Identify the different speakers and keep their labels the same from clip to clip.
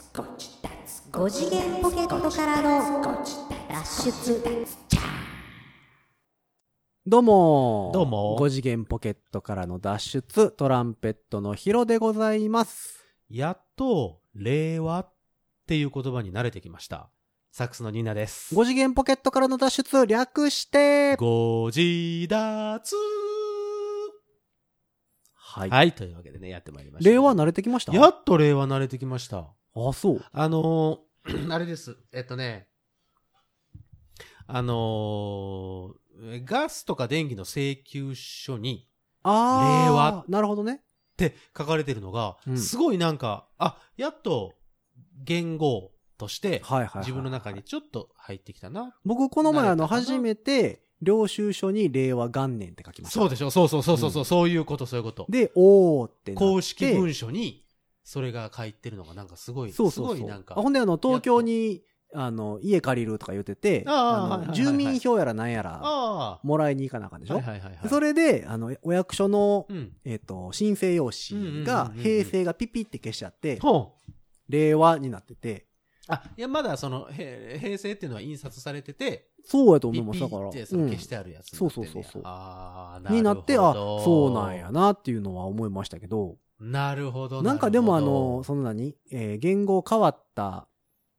Speaker 1: 5次元ポケットからの脱出
Speaker 2: どうもー
Speaker 3: どうもー
Speaker 2: 5次元ポケットからの脱出、トランペットのヒロでございます。
Speaker 3: やっと、令和っていう言葉に慣れてきました。サックスのニーナです。
Speaker 2: 5次元ポケットからの脱出、略して
Speaker 3: ご自立
Speaker 2: はい。
Speaker 3: はい、というわけでね、やってまいりました。
Speaker 2: 令和慣れてきました
Speaker 3: やっと令和慣れてきました。
Speaker 2: あ、そう。
Speaker 3: あのー あれです。えっとね、あのーガスとか電気の請求書に
Speaker 2: あー。
Speaker 3: 令和
Speaker 2: なるほどね。
Speaker 3: って書かれてるのが、
Speaker 2: うん
Speaker 3: すごいなんか、あ、やっと言語として
Speaker 2: はいはい、はい。
Speaker 3: 自分の中に。ちょっと入ってきたな。
Speaker 2: 僕、この前、あの、
Speaker 3: 慣れたかな
Speaker 2: 初めて、領収書に令和元年って書きました。
Speaker 3: そうでしょそうそうそうそうそうう、そういうこと、そういうこと。
Speaker 2: で、おーってなって。
Speaker 3: 公式文書に、それが書いてるのがなんかすごい、
Speaker 2: そうそうそう。
Speaker 3: すごいなんか
Speaker 2: あ、ほんで、あの、東京に、あの、家借りるとか言ってて、
Speaker 3: あーはいはい
Speaker 2: の、
Speaker 3: はいはい
Speaker 2: 住民票やらなんやら、
Speaker 3: ああ、
Speaker 2: もらいに行かなあかんでしょ、
Speaker 3: はいはいはいはい。
Speaker 2: それで、あの、お役所の、
Speaker 3: うん。
Speaker 2: えっ、と、申請用紙
Speaker 3: うん
Speaker 2: が
Speaker 3: うんうんうんうん
Speaker 2: 平成がピピって消しちゃって、
Speaker 3: ほう。
Speaker 2: 令和になってて、
Speaker 3: あ、いや、まだその、へ平成っていうのは印刷されてて、
Speaker 2: そうやと
Speaker 3: ピ
Speaker 2: 思い
Speaker 3: ッ
Speaker 2: ま
Speaker 3: ピ
Speaker 2: す。だから、
Speaker 3: ッってその消してあるやつ、
Speaker 2: そうそうそうそう
Speaker 3: ああ、な
Speaker 2: うん
Speaker 3: る
Speaker 2: に
Speaker 3: ほど。
Speaker 2: なって、あ、そうなんや。なっていうのは思いましたけど、
Speaker 3: なるほど。
Speaker 2: なんかでもあ
Speaker 3: な
Speaker 2: の、
Speaker 3: るほど、
Speaker 2: その何えー言語変わった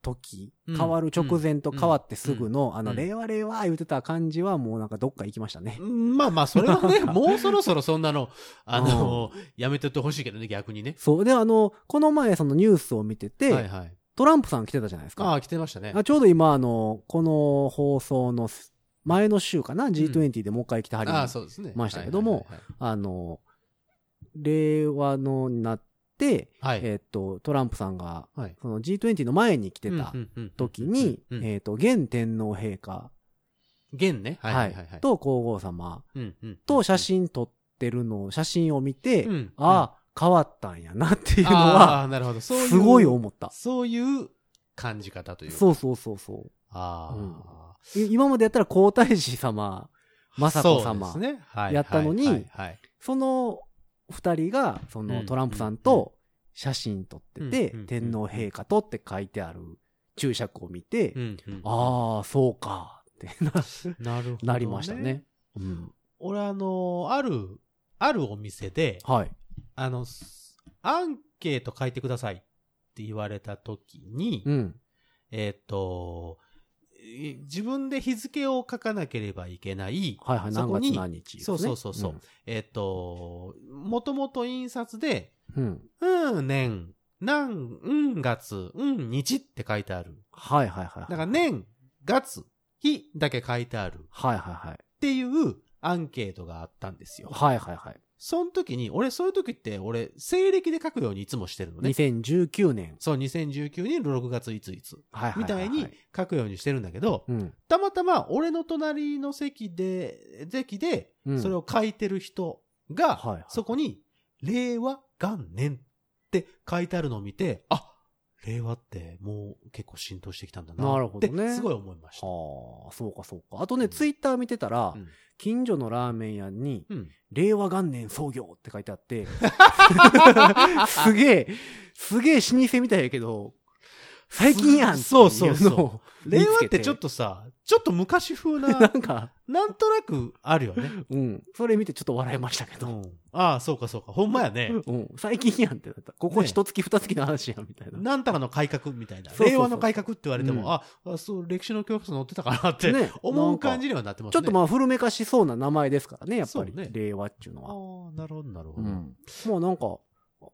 Speaker 2: 時、
Speaker 3: うん
Speaker 2: 変わる直前と変わってすぐの、あの、
Speaker 3: うん
Speaker 2: 令和令和言ってた感じはもうなんかどっか行きましたね。
Speaker 3: まあまあ、それは ね、もうそろそろそんなの、あの、
Speaker 2: う
Speaker 3: やめてってほしいけどね、逆にね。
Speaker 2: そう。で、あの、この前そのニュースを見てて、
Speaker 3: はいはい。
Speaker 2: トランプさん来てたじゃないです
Speaker 3: あ
Speaker 2: か。
Speaker 3: あ、来てましたね。
Speaker 2: あちょうど今、あの、この放送の前の週かな、G20 でもう一回来てはり
Speaker 3: あ
Speaker 2: ま
Speaker 3: あ、
Speaker 2: す。
Speaker 3: そうですね。
Speaker 2: ましたけども
Speaker 3: はいはいはいはい
Speaker 2: あの、令和のになって、
Speaker 3: はい。
Speaker 2: えっと、トランプさんが、
Speaker 3: はい
Speaker 2: その G20 の前に来てた時に、
Speaker 3: うんうんうんうん
Speaker 2: えっと、現天皇陛下、
Speaker 3: 現ね。はいはいはいはい。
Speaker 2: と皇后様
Speaker 3: うんうん、
Speaker 2: と写真撮ってるのを、写真を見て、
Speaker 3: うんうん
Speaker 2: ああ、変わったんやなっていうの
Speaker 3: あ
Speaker 2: は、
Speaker 3: ーなるほど。そういう
Speaker 2: すごい思った。
Speaker 3: そういう感じ方というか。
Speaker 2: そうそうそうそ
Speaker 3: ああ、
Speaker 2: う。い今までやったら皇太子様、雅子
Speaker 3: そう
Speaker 2: 様、
Speaker 3: です
Speaker 2: そ,、
Speaker 3: ねはい
Speaker 2: やったのに
Speaker 3: はいはいはい
Speaker 2: の二人が、その、
Speaker 3: うん
Speaker 2: トランプさんと写真撮ってて、
Speaker 3: うんうん
Speaker 2: 天皇陛下とって書いてある注釈を見て、
Speaker 3: うんうん
Speaker 2: ああ、そうか、って な、
Speaker 3: なるほど、
Speaker 2: なりましたね。。うん。
Speaker 3: 俺、あの、ある、あるお店で、
Speaker 2: はい。
Speaker 3: あの、すアンケート書いてくださいって言われた時に、
Speaker 2: うん。
Speaker 3: えーっと、え自分で日付を書かなければいけない、
Speaker 2: はいはい、
Speaker 3: そ
Speaker 2: 何
Speaker 3: こ
Speaker 2: 月
Speaker 3: に
Speaker 2: 何日、ね。
Speaker 3: そうそうそうそうえーっと、もともと印刷で、
Speaker 2: うん。うん。
Speaker 3: うん、年、何、うん、月、うん、日って書いてある。
Speaker 2: はいはいはいはい。
Speaker 3: だから年、月、日だけ書いてあるっ
Speaker 2: はいはいはい。
Speaker 3: ていうアンケートがあったんですよ。
Speaker 2: はいはいはい。
Speaker 3: その時に、俺、そういう時って、俺、西暦で書くようにいつもしてるのね。
Speaker 2: 2019年。
Speaker 3: そう、2019年6月いついつ。
Speaker 2: はいはい
Speaker 3: み
Speaker 2: は
Speaker 3: た
Speaker 2: いはい
Speaker 3: いに書くようにしてるんだけど、
Speaker 2: うん。
Speaker 3: たまたま俺の隣の席で、席で
Speaker 2: う、ん
Speaker 3: それを書いてる人
Speaker 2: はいはい
Speaker 3: が、そこに、令和元年って書いてあるのを見て、あ、令和ってもう結構浸透してきたんだな。
Speaker 2: なるほどね
Speaker 3: ってすごい思いました。
Speaker 2: はあ、そうかそうか。あとね、
Speaker 3: うん
Speaker 2: ツイッター見てたら、
Speaker 3: うん
Speaker 2: 近所のラーメン屋に、
Speaker 3: うん。
Speaker 2: 令和元年創業って書いてあって、すげえ、すげえ老舗みたいやけど、最近やんってい
Speaker 3: そうそうそう
Speaker 2: のを見
Speaker 3: 令
Speaker 2: つけ
Speaker 3: 和ってちょっ、とさ、ちょっと昔風
Speaker 2: な
Speaker 3: な、
Speaker 2: んか、
Speaker 3: なんとなくあるよね。
Speaker 2: うん。それ見てちょっと笑いましたけ
Speaker 3: う
Speaker 2: ど、
Speaker 3: ん。 ああ、そうかそうか。ほんまやね。
Speaker 2: うん。最近やんってなった。ここ
Speaker 3: ね
Speaker 2: 一月二月の話やんみたいな。
Speaker 3: なんたらの改革みたいな
Speaker 2: そう。そうそう
Speaker 3: 令和の改革って言われて
Speaker 2: うん
Speaker 3: も、あ、あそう、歴史の教科書載ってたかなって
Speaker 2: ね
Speaker 3: 思
Speaker 2: なん
Speaker 3: う
Speaker 2: か
Speaker 3: 感じにはなってますね。
Speaker 2: ちょっとまあ古めかしそうな名前ですからね、やっぱり。
Speaker 3: そうね
Speaker 2: 令和っていうの
Speaker 3: あ
Speaker 2: は。
Speaker 3: ーなるほど、なるほ
Speaker 2: う
Speaker 3: ど。
Speaker 2: ん。もうなんか、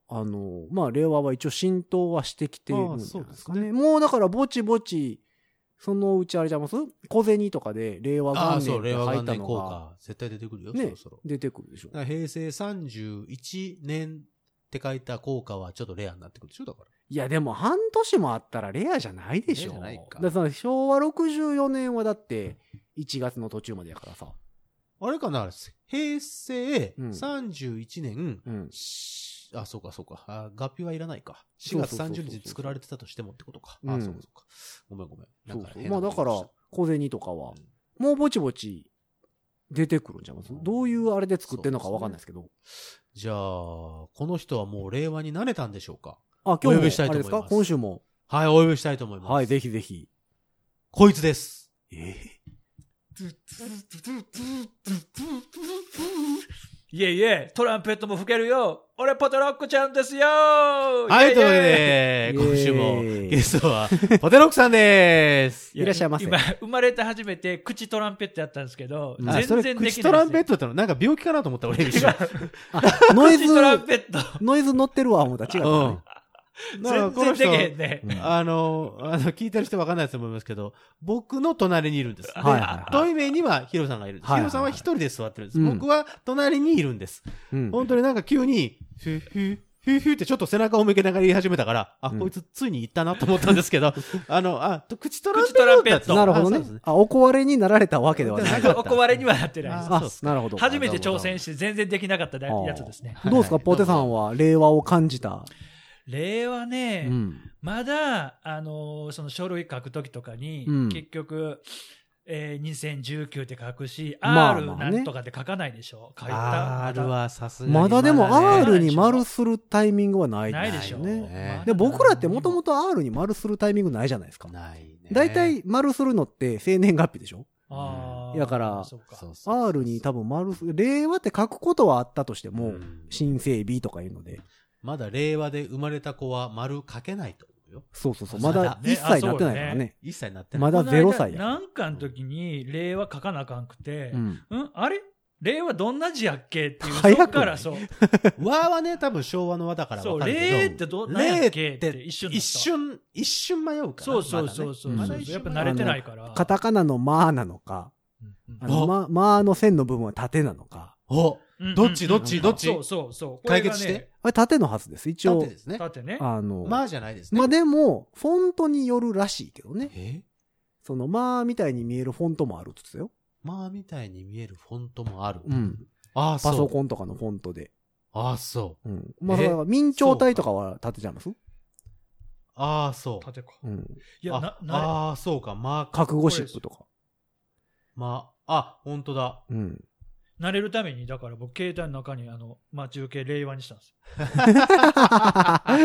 Speaker 2: あの、まあ令和は一応浸透はしてきてるんじゃないですかね。
Speaker 3: ああそうですね
Speaker 2: もうだからぼちぼち、そのうちあれちゃいます小銭とかで令和
Speaker 3: ああ、
Speaker 2: 元年っ
Speaker 3: そう、
Speaker 2: て
Speaker 3: 令和
Speaker 2: 入っ
Speaker 3: 元
Speaker 2: た
Speaker 3: 年
Speaker 2: の
Speaker 3: 効
Speaker 2: が
Speaker 3: 果、絶対出てくるよ、
Speaker 2: ね
Speaker 3: そろそろ。
Speaker 2: 出てくるでしょ
Speaker 3: だ。から平成31年って書いた効果はちょっとレアになってくるでしょ、だか
Speaker 2: いやでも半年もあったらレアじゃないでしょ。
Speaker 3: レアじゃないか
Speaker 2: だらその昭和64年はだって1月の途中までやからさ。
Speaker 3: ら。あれかな、平成
Speaker 2: うん
Speaker 3: 31年、
Speaker 2: うん。
Speaker 3: しあ、そうか、そうか。あ合皮はいらないか。4
Speaker 2: そ
Speaker 3: 月
Speaker 2: うそうそうそう
Speaker 3: 30日に作られてたとしてもってことか。
Speaker 2: う
Speaker 3: あ、
Speaker 2: ん
Speaker 3: そうか、そうか。ごめん、ごめん。
Speaker 2: そうそう。
Speaker 3: 変
Speaker 2: ま
Speaker 3: な
Speaker 2: あだ
Speaker 3: こと
Speaker 2: から
Speaker 3: 言いまし
Speaker 2: 小銭とか
Speaker 3: た
Speaker 2: は
Speaker 3: うん
Speaker 2: もうぼちぼち出てくるんじゃないですかどういうあれで作ってるのかわかんないですけど。
Speaker 3: じゃあ、この人はもう令和に慣れたんでしょうか
Speaker 2: あ、今日
Speaker 3: お呼びしたいと思います
Speaker 2: あれでか今週も。
Speaker 3: はい、お呼びしたいと思います。
Speaker 2: はい、ぜひぜひ。
Speaker 3: こいつです。
Speaker 2: え
Speaker 4: いえいえ、トランペットも吹けるよ。俺、ポトロックちゃんですよ。
Speaker 3: は、
Speaker 4: はい
Speaker 3: ということで、今週も
Speaker 2: イエーイ
Speaker 3: ゲストは、ポテロックさんです。
Speaker 2: いらっしゃいませ。
Speaker 4: 今、生まれて初めて口トランペットやったんですけど、
Speaker 2: うん
Speaker 3: あそ
Speaker 4: 全
Speaker 3: れ
Speaker 4: 然できないです
Speaker 3: 口トランペットだったのなんか病気かなと思った 俺一瞬。
Speaker 2: あノイ
Speaker 4: 口
Speaker 2: ズ、
Speaker 4: トランペット。
Speaker 2: ノイズ乗ってるわ、思った。違う。
Speaker 3: うん。なんか
Speaker 4: 全
Speaker 3: この
Speaker 4: 然
Speaker 3: 人
Speaker 4: できへんね。
Speaker 2: うん
Speaker 3: あの、あの、聞いてる人分かんないと思いますけど、僕の隣にいるんです。
Speaker 2: はいはいはい
Speaker 3: で対面にはヒロさんがいるんです。
Speaker 2: はいはいは
Speaker 3: ヒロ
Speaker 2: い
Speaker 3: さんは一人で座ってるんです。
Speaker 2: うん
Speaker 3: 僕は隣にいるんです。
Speaker 2: うん
Speaker 3: 本当になんか急に、ふゅふゅ、ふゅふゅってちょっと背中を向けながら言い始めたから、あ、
Speaker 2: うん
Speaker 3: こいつついに行ったなと思ったんで すけど、あの、あ、と口トランペッ
Speaker 4: 口トラン
Speaker 3: ト
Speaker 4: ペ
Speaker 3: だ
Speaker 4: ッ
Speaker 3: っ
Speaker 4: ト
Speaker 3: た。
Speaker 2: なるほど
Speaker 3: あそうです
Speaker 2: ね。あ、お壊れになられたわけではない。
Speaker 3: なか
Speaker 4: お壊れにはなってない
Speaker 3: あ
Speaker 4: です。
Speaker 2: あ
Speaker 3: そうっ、す
Speaker 2: なるほど。
Speaker 4: 初めて挑戦して全然できなかっただやつですね。
Speaker 2: どうですか、
Speaker 3: はい
Speaker 2: ポテさんは令和を感じた。
Speaker 4: 令和
Speaker 2: う
Speaker 4: ね、
Speaker 2: ん。
Speaker 4: まだ、あのーその書類書くときとかに、
Speaker 2: うん
Speaker 4: 結局、えー2019って書くし、
Speaker 2: まあ
Speaker 4: R
Speaker 2: まあ
Speaker 4: な
Speaker 2: ね
Speaker 4: んとかって書かないでしょ、書いた。
Speaker 3: あるはさすがに
Speaker 2: まだでも
Speaker 3: ね
Speaker 2: R に丸するタイミングはない
Speaker 4: ないでし
Speaker 2: です
Speaker 4: ょ。
Speaker 2: よね
Speaker 3: ね
Speaker 2: で、僕らってもとも
Speaker 4: と。
Speaker 2: と R に丸するタイミングないじゃないですか。
Speaker 3: ないね。
Speaker 2: 大体丸するのって生年月日でしょ
Speaker 4: あー
Speaker 2: だから
Speaker 4: そうか
Speaker 3: そうそう
Speaker 2: ?R に多分丸す、令和って書くことはあったとしても、
Speaker 3: ん
Speaker 2: 新生日とかいうので、
Speaker 3: まだ令和で生まれた子は丸かけないと思うよ。
Speaker 2: そうそうそう、
Speaker 3: そ
Speaker 2: ま
Speaker 3: うだ
Speaker 2: だ
Speaker 4: ね
Speaker 2: 1歳なってないから
Speaker 4: あそうよ
Speaker 2: ね。
Speaker 3: 一切なってな
Speaker 2: ま
Speaker 3: い。
Speaker 2: だ0歳やか
Speaker 4: この間なんかの時に、令和書かなあかんくて
Speaker 2: ら。う、ん。
Speaker 4: うん、あれ令和どんな字やっけっていう、
Speaker 2: 早くない
Speaker 4: そっからそう。
Speaker 3: 和はね、多分昭和の和だから
Speaker 4: そ
Speaker 3: 分
Speaker 4: う、
Speaker 3: かるけど。
Speaker 4: 令ってど、なんやっけって一瞬だった
Speaker 3: 一瞬、一瞬迷うから。
Speaker 4: そうそうそうそう。
Speaker 2: まだね
Speaker 4: そうそうやっぱ慣
Speaker 2: まだ
Speaker 4: れ
Speaker 2: 一
Speaker 4: て
Speaker 2: 瞬
Speaker 4: ないから。
Speaker 2: カタカナのまーなのか、
Speaker 4: うん
Speaker 2: あの、ま、まーの線の部分は縦なのか。
Speaker 3: お
Speaker 4: うん
Speaker 3: どっち
Speaker 4: うんう
Speaker 3: ど
Speaker 4: ん
Speaker 3: っちどっち
Speaker 4: そうそうそう。
Speaker 3: 解決して。
Speaker 2: あれ縦のはずです。一
Speaker 3: だっ
Speaker 2: 応
Speaker 3: て、ですね。
Speaker 4: だってね。
Speaker 2: あの、
Speaker 3: まあじゃないですね。
Speaker 2: まあでも、フォントによるらしいけどね。
Speaker 3: え
Speaker 2: その、まあみたいに見えるフォントもあるって言って
Speaker 3: まあみたいに見えるフォントもある。
Speaker 2: たよ。うん。
Speaker 3: ああ、そう。
Speaker 2: パソコンとかのフォントで。
Speaker 3: ああ、そう。
Speaker 2: うん。まあ、
Speaker 3: え
Speaker 2: だから明朝体とかは縦じゃいます
Speaker 3: ああ、そう。
Speaker 4: 縦か。
Speaker 2: うん。
Speaker 4: いや、な
Speaker 3: あ、
Speaker 4: な、
Speaker 3: ああ、そうか。まあ、
Speaker 2: 覚悟シップとか。
Speaker 3: まあ、あ、本当だ。
Speaker 2: うん。
Speaker 4: 慣れるために、だから僕、携帯の中に、あの、待ち受け、令和にしたんです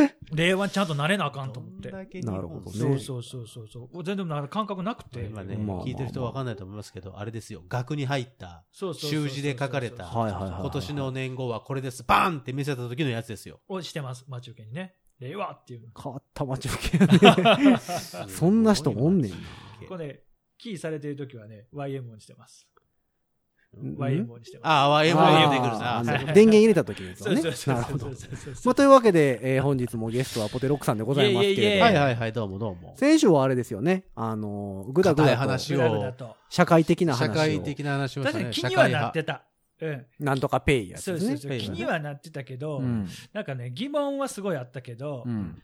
Speaker 4: よ。令和にちゃんと慣れなあかんと思って
Speaker 3: ど。んだけ
Speaker 2: なるほどね
Speaker 4: そうそうそうそうそう。全然なんか感覚なくて。
Speaker 3: 今ね、
Speaker 2: まあまあまあ
Speaker 3: 聞いてる人わかんないと思いますけど、あれですよ。額に入った、
Speaker 4: そうそうそうそう。
Speaker 3: 習字で書かれた、
Speaker 2: はいはいはいはい
Speaker 3: 今年の年号はこれです。バーンって見せた時のやつです よ。
Speaker 4: をしてます、待ち受けにね。令和っていう。
Speaker 2: 変わった待ち受けやね。そんな人おんねんな
Speaker 4: これね、キーされてる時はね、YMO にしてます。
Speaker 2: うん
Speaker 4: YMO にしてます。
Speaker 3: ああ、YMO
Speaker 2: あー
Speaker 3: 入れてくる
Speaker 2: あ
Speaker 3: な。
Speaker 2: の
Speaker 3: はい
Speaker 2: 電源入れた時です
Speaker 4: そ
Speaker 2: よ
Speaker 4: う
Speaker 2: ね。
Speaker 4: そうそう
Speaker 2: なる
Speaker 4: そ
Speaker 2: ほ
Speaker 4: うそ
Speaker 2: ど
Speaker 4: う。そうそうそ
Speaker 2: ま
Speaker 4: う。
Speaker 2: あ、というわけで、えー本日もゲストはポテロックさんでございますけ
Speaker 4: いえい
Speaker 2: れ
Speaker 4: えいえ
Speaker 2: ど
Speaker 3: は
Speaker 2: も
Speaker 3: いはいはい、どうもどうも。
Speaker 2: 先週はあれですよね。あのー、ぐだぐ
Speaker 3: 硬い
Speaker 2: だと
Speaker 3: 話
Speaker 4: グラグだと。
Speaker 2: 社会的な話
Speaker 3: 社
Speaker 2: を。
Speaker 3: 会的な話しました
Speaker 4: 確かに
Speaker 3: ね。
Speaker 4: 気に
Speaker 3: 社会
Speaker 4: はなっ
Speaker 3: 派
Speaker 4: てた。うん。
Speaker 2: なんとかペイやつ
Speaker 4: そう
Speaker 2: で
Speaker 4: そう
Speaker 2: す
Speaker 4: そ
Speaker 2: ね。
Speaker 4: う。気にはなってたけど、
Speaker 2: うん。
Speaker 4: なんかね、疑問はすごいあったけど、
Speaker 2: うん。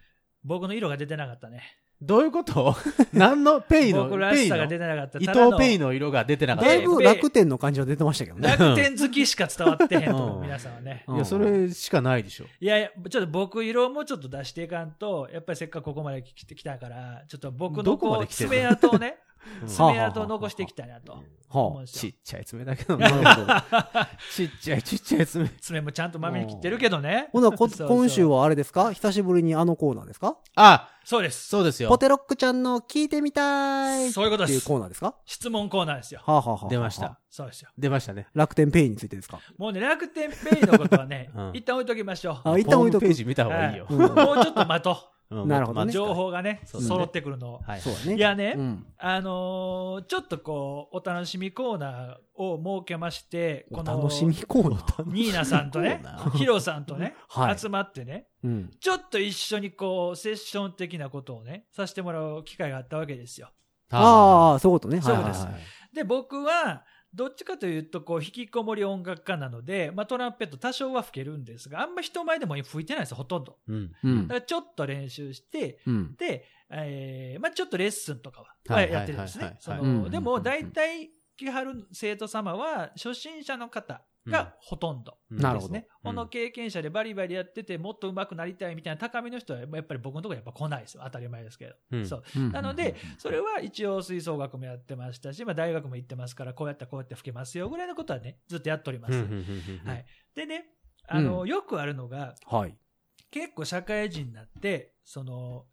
Speaker 4: 僕の色が出てなかったね。
Speaker 3: どういうこと 何のペイの
Speaker 4: 僕ら
Speaker 3: ペ
Speaker 4: し
Speaker 3: イ
Speaker 4: さが
Speaker 3: の
Speaker 4: 出てなかった。
Speaker 3: 伊
Speaker 4: ただ
Speaker 3: 藤
Speaker 4: の
Speaker 3: ペイの色が出てなかっ
Speaker 2: だ
Speaker 3: た
Speaker 2: いぶ楽天の感じは出てましたけどね。
Speaker 4: 楽天好きしか伝わってへんと思
Speaker 3: う
Speaker 4: う、
Speaker 3: ん
Speaker 4: 皆さんはね。
Speaker 2: うん
Speaker 3: いや、それしかないでしょ。
Speaker 4: いやいや、ちょっと僕色をもうちょっと出していかんと、やっぱりせっかくここまで来てきたから、ちょっと僕
Speaker 3: ど
Speaker 4: の
Speaker 3: こま
Speaker 4: こ
Speaker 3: で
Speaker 4: う
Speaker 3: 来てんの
Speaker 4: 爪痕をね、
Speaker 2: さ
Speaker 4: 爪痕を残していきたいなと。思うん
Speaker 2: は
Speaker 4: ですよ
Speaker 3: ちっちゃい爪だけど
Speaker 2: あ。
Speaker 3: な。
Speaker 2: なるほど。
Speaker 3: ちっちゃいちっちゃい爪。
Speaker 4: 爪もちゃんとまめに切ってるけどね。
Speaker 2: ほな、こ
Speaker 4: そうそう
Speaker 2: 今週はあれですか久しぶりにあのコーナーですか
Speaker 3: あ、
Speaker 4: そうです。
Speaker 3: そうです
Speaker 2: ポ
Speaker 3: よ。
Speaker 2: テロックちゃんの聞いてみたいっ
Speaker 4: そういうこと
Speaker 2: て
Speaker 4: で
Speaker 2: いう
Speaker 4: す
Speaker 2: コ。ーナーですか
Speaker 4: 質問コーナーですよ。
Speaker 2: はあ、はあはあ
Speaker 3: 出ました。。
Speaker 4: そうですよ。
Speaker 3: 出ましたね。、
Speaker 2: 楽天ペイについてですか
Speaker 4: もうね、楽天ペイのことはね
Speaker 3: うん
Speaker 4: 一旦置いときましょう。
Speaker 2: あ一旦置いとく
Speaker 3: ホームページ見た方がいいよ
Speaker 4: は。
Speaker 2: うん
Speaker 4: もうちょっと待と
Speaker 3: う
Speaker 2: なるほどね
Speaker 4: う。
Speaker 3: まあ
Speaker 4: 情報がね、
Speaker 3: そうですね
Speaker 4: 揃ってくるのを。
Speaker 3: はい。
Speaker 2: そうだね。
Speaker 4: いやね、
Speaker 2: うん。
Speaker 4: あのーちょっとこう、お楽しみコーナーを設けまして、
Speaker 2: お
Speaker 4: こ
Speaker 2: 楽
Speaker 4: の、
Speaker 2: しみコーナー。、
Speaker 4: ニーナさんとね
Speaker 3: コーナ、
Speaker 4: ヒロさんとね
Speaker 2: はい
Speaker 4: 集まってね、
Speaker 2: うん。
Speaker 4: ちょっと一緒にこう、セッション的なことをね、させてもらう機会があったわけですよ。
Speaker 2: ああ、そういうことね。
Speaker 4: そう
Speaker 2: はいはい
Speaker 4: です
Speaker 2: はい
Speaker 4: で、僕は、どっちかというと、こう、引きこもり音楽家なので、まあ、トランペット多少は吹けるんですが、あんま人前でも吹いてないですよ、ほとんど。
Speaker 3: うん。
Speaker 2: うん
Speaker 4: だからちょっと練習して、
Speaker 2: うん。
Speaker 4: で、えーまあ、ちょっとレッスンとかは
Speaker 3: は
Speaker 4: はい
Speaker 3: はい
Speaker 4: やってるんです
Speaker 3: はいは
Speaker 4: ね
Speaker 3: い。
Speaker 4: そ
Speaker 2: うん
Speaker 4: のでも、大体、来はる生徒様は、初心者の方がほとんど
Speaker 2: なる
Speaker 4: で
Speaker 2: ほ
Speaker 4: す
Speaker 2: ど
Speaker 4: ね。この経験者でバリバリやってて、もっと上手くなりたいみたいな高みの人は、やっぱり僕のところやっぱ来ないですよ。当たり前ですけど。
Speaker 3: うん
Speaker 4: そう。
Speaker 2: うん
Speaker 4: なので、それは一応吹奏楽もやってましたし、まあ、大学も行ってますから、こうやってこうやって吹けますよぐらいのことはね、ずっとやっております。
Speaker 3: うんうんうんうん
Speaker 4: はい。でね、あの、よくあるのが、
Speaker 2: はい。
Speaker 4: 結構社会人になって、その、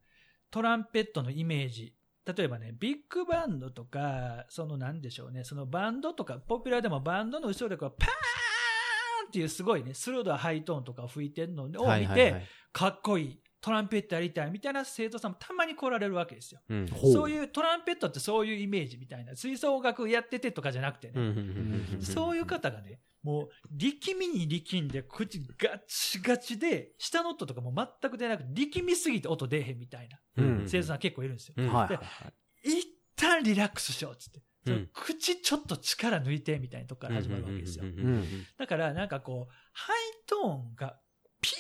Speaker 4: トランペットのイメージ。例えばね、ビッグバンドとか、そのなんでしょうね、そのバンドとか、ポピュラーでもバンドの後ろでこう、パーンっていうすごいね、鋭いハイトーンとかを吹いてるのを見て、
Speaker 3: はいはいはい
Speaker 4: かっこいい、トランペットやりたいみたいな生徒さんもたまに来られるわけですよ。
Speaker 3: うん
Speaker 2: ほう
Speaker 4: そういうトランペットってそういうイメージみたいな、吹奏楽やっててとかじゃなくてね、
Speaker 3: うんうんうんうん
Speaker 4: そういう方がね、もう力みに力んで、口ガチガチで、下の音とかも全く出なくて、力みすぎて音出えへんみたいな
Speaker 3: うん
Speaker 4: 生徒さん結構いるんですよ。
Speaker 3: うん
Speaker 2: はい
Speaker 4: で一旦リラックスしようっつって。
Speaker 3: うん
Speaker 4: その口ちょっと力抜いてみたいなとこから始まるわけですよ
Speaker 3: うん。うん
Speaker 2: う
Speaker 3: うんうん
Speaker 2: ん。
Speaker 4: だからなんかこう、ハイトーンがピーっ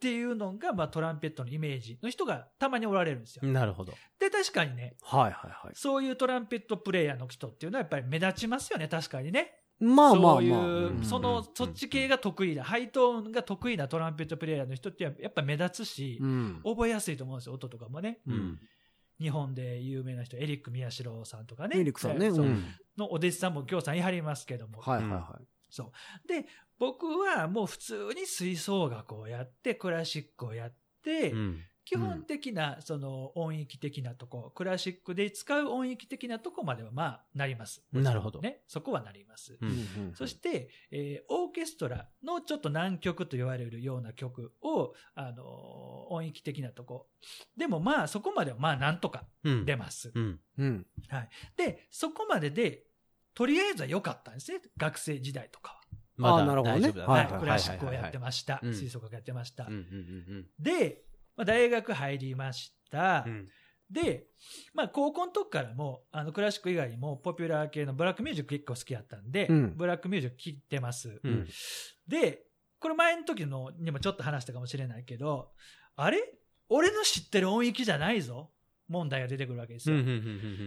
Speaker 4: ていうのが、まあトランペットのイメージの人がたまにおられるんですよ
Speaker 3: う。んなるほど。
Speaker 4: で、確かにね、
Speaker 2: はいはいはい。
Speaker 4: そういうトランペットプレイヤーの人っていうのはやっぱり目立ちますよね、確かにね。
Speaker 2: まあまあまあ。
Speaker 4: そういう、
Speaker 2: ん
Speaker 4: その、そっち系が得意な、ハイトーンが得意なトランペットプレイヤーの人ってやっぱ目立つし
Speaker 2: う、ん。
Speaker 4: 覚えやすいと思うんですよ、音とかもね。
Speaker 3: うん
Speaker 4: 日本で有名な人、エリック・宮代さんとかね。
Speaker 2: エリックさんね。。
Speaker 4: そううんのお弟子さんも行さん言い張りますけども。
Speaker 2: はいはいは
Speaker 4: で、僕はもう普通に吹奏楽をやって、クラシックをやって、
Speaker 3: うん
Speaker 4: 基本的な、その音域的なとこ、クラシックで使う音域的なとこまではまあ、なります。
Speaker 3: なるほど
Speaker 4: ね。そこはなります。
Speaker 3: う
Speaker 2: い。
Speaker 3: ん
Speaker 2: うん
Speaker 4: そして、えーオーケストラのちょっと難曲と言われるような曲を、あのー音域的なとこ。でもまあ、そこまではまあ、なんとか
Speaker 3: うん
Speaker 4: 出ます。
Speaker 3: うん
Speaker 2: うん。
Speaker 4: で、そこまでで、とりあえずは良かったんですね。学生時代とか
Speaker 3: まだ
Speaker 2: あーなるほどね
Speaker 3: 大丈夫だ
Speaker 4: は。
Speaker 2: はい
Speaker 4: はいクラシックをやってました。
Speaker 3: うん
Speaker 4: 吹奏楽やってました。
Speaker 3: うんうん
Speaker 4: で、まあ、大学入りました。
Speaker 3: うんうん
Speaker 4: で、まあ、高校の時からも、あの、クラシック以外にも、ポピュラー系のブラックミュージック結構好きやったんで、
Speaker 2: うん
Speaker 4: ブラックミュージック聴いてます。
Speaker 3: うん
Speaker 4: で、これ前の時のにもちょっと話したかもしれないけど、あれ俺の知ってる音域じゃないぞ問題が出てくるわけです
Speaker 3: うん
Speaker 4: よ。
Speaker 3: うんうん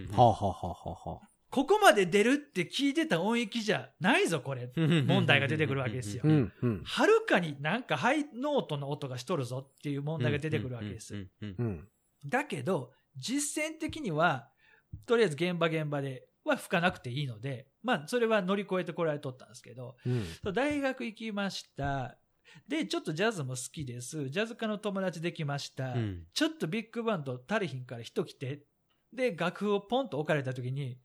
Speaker 3: うん
Speaker 2: はあ、はあはあはあはあ。
Speaker 4: ここまで出るって聞いてた音域じゃないぞ、これ。問題が出てくるわけですよ
Speaker 2: うんうん。
Speaker 4: はるかになんかハイノートの音がしとるぞっていう問題が出てくるわけです
Speaker 3: う。んうんうん
Speaker 2: うん。
Speaker 4: だけど、実践的には、とりあえず現場現場では吹かなくていいので、まあ、それは乗り越えてこられとったんですけど、
Speaker 2: うん。
Speaker 4: そう大学行きました。で、ちょっとジャズも好きです。ジャズ科の友達できました。
Speaker 3: うん
Speaker 4: ちょっとビッグバンド足りひんから人来て。で、楽譜をポンと置かれた時に、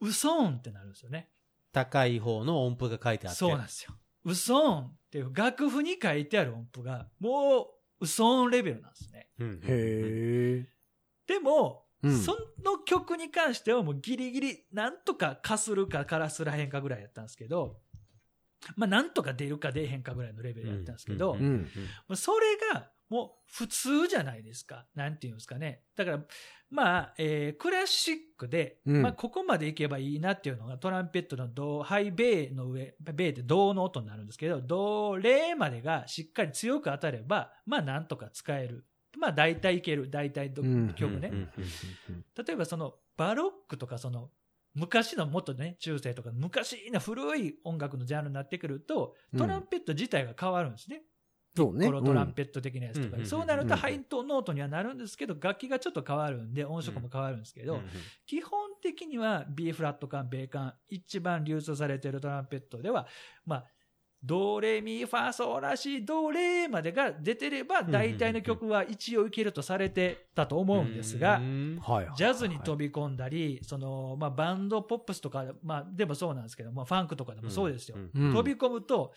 Speaker 4: ウソーンってなるんですよね。
Speaker 3: 高い方の音符が書いてあって。
Speaker 4: そうなんですよ。ウソーンっていう楽譜に書いてある音符が、もう、ウソーンレベルなんですね。
Speaker 3: うん
Speaker 2: へえ。
Speaker 4: でも、
Speaker 2: うん
Speaker 4: その曲に関してはもうギリギリ、なんとかかするかからすらへんかぐらいやったんですけど、まあなんとか出るか出えへんかぐらいのレベルやったんですけど、
Speaker 3: う
Speaker 2: うんん。
Speaker 4: もうそれが、もう普通じゃないですか。なんていうんですかね。だから、まあ、えークラシックで、
Speaker 2: うん
Speaker 4: まあ、ここまでいけばいいなっていうのが、トランペットのド、ハイベーの上、ベーってドの音になるんですけど、ド、レーまでがしっかり強く当たれば、まあ、なんとか使える。まあ、大体いける。大体ど、
Speaker 2: うん
Speaker 4: 曲ね。
Speaker 3: うんうん
Speaker 4: 例えばそのバロックとかその昔のもっとね、中世とか昔の古い音楽のジャンルになってくると、トランペット自体が変わるんですね。
Speaker 2: そうね。
Speaker 4: このトラ
Speaker 2: ッ
Speaker 4: ンペット的なやつとか
Speaker 3: うん
Speaker 4: に。そうなると
Speaker 2: うん
Speaker 4: ハイトノートにはなるんですけど、楽器がちょっと変わるんで、音色も変わるんですけ
Speaker 3: うんう
Speaker 4: ど
Speaker 3: ん、
Speaker 4: 基本的には B フラット管、米管、一番流通されているトランペットでは、まあ、ドレミファソラシドレまでが出てれば、大体の曲は一応いけるとされてたと思うんですが
Speaker 3: う、ん
Speaker 2: はいはい。
Speaker 4: ジャズに飛び込んだり、その、まあ、バンド、ポップスとか、まあ、でもそうなんですけど、まあ、ファンクとかでもそうですよ。
Speaker 3: ん
Speaker 2: うん
Speaker 4: 飛び込むと、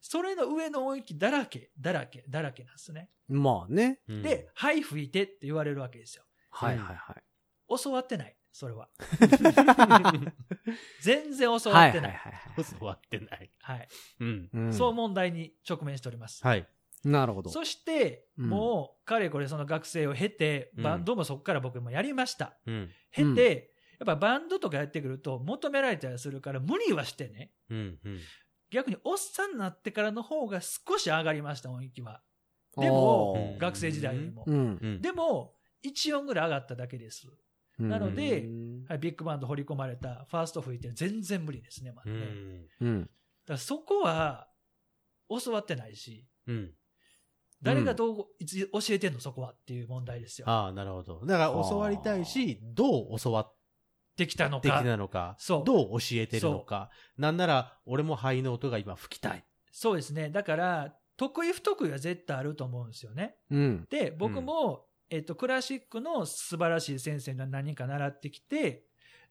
Speaker 4: それの上の音域だらけ、だらけ、だらけなんですね。
Speaker 2: まあね。
Speaker 3: うん
Speaker 4: で、はい、吹いてって言われるわけですよ。
Speaker 2: はいはいはい。
Speaker 4: 教わってない、それは。
Speaker 3: 教
Speaker 4: 全然教わってない。はい
Speaker 3: わってない。うん。
Speaker 2: うん
Speaker 4: そう問題に直面しております。
Speaker 3: はい。
Speaker 2: なるほど。
Speaker 4: そして、
Speaker 2: うん
Speaker 4: もう、かれこれその学生を経て、
Speaker 3: うん
Speaker 4: バンドもそこから僕もやりました。
Speaker 3: うん。
Speaker 4: 経て、やっぱバンドとかやってくると求められたりするから無理はしてね。
Speaker 3: うん。うん。
Speaker 4: 逆におっさんになってからの方が少し上がりました、音域は。で
Speaker 3: う
Speaker 4: も
Speaker 3: ん、
Speaker 4: 学生時代よりも
Speaker 2: う。ん。
Speaker 3: うん
Speaker 4: でも、1音ぐらい上がっただけです。なので
Speaker 2: うん
Speaker 4: はいビッグバンド掘り込まれた、ファースト吹いて全然無理ですね、まだ
Speaker 3: う
Speaker 4: ね。だか
Speaker 3: ん。
Speaker 2: うん。
Speaker 4: らそこは、教わってないし、
Speaker 3: うん。
Speaker 4: 誰がどう、いつ教えてんの、そこはっていう問題ですよ。
Speaker 3: ああ、なるほど。だから教わりたいし、どう教わっ
Speaker 4: できたの
Speaker 3: てき
Speaker 4: か。
Speaker 3: たのか、
Speaker 4: そう
Speaker 3: どう教えてるのか、なんなら俺も肺の音が今吹きたい。
Speaker 4: そうですね。だから、得意不得意は絶対あると思うんですよね。
Speaker 2: うん。
Speaker 4: で、僕も、えっと、クラシックの素晴らしい先生が何人か習ってきて、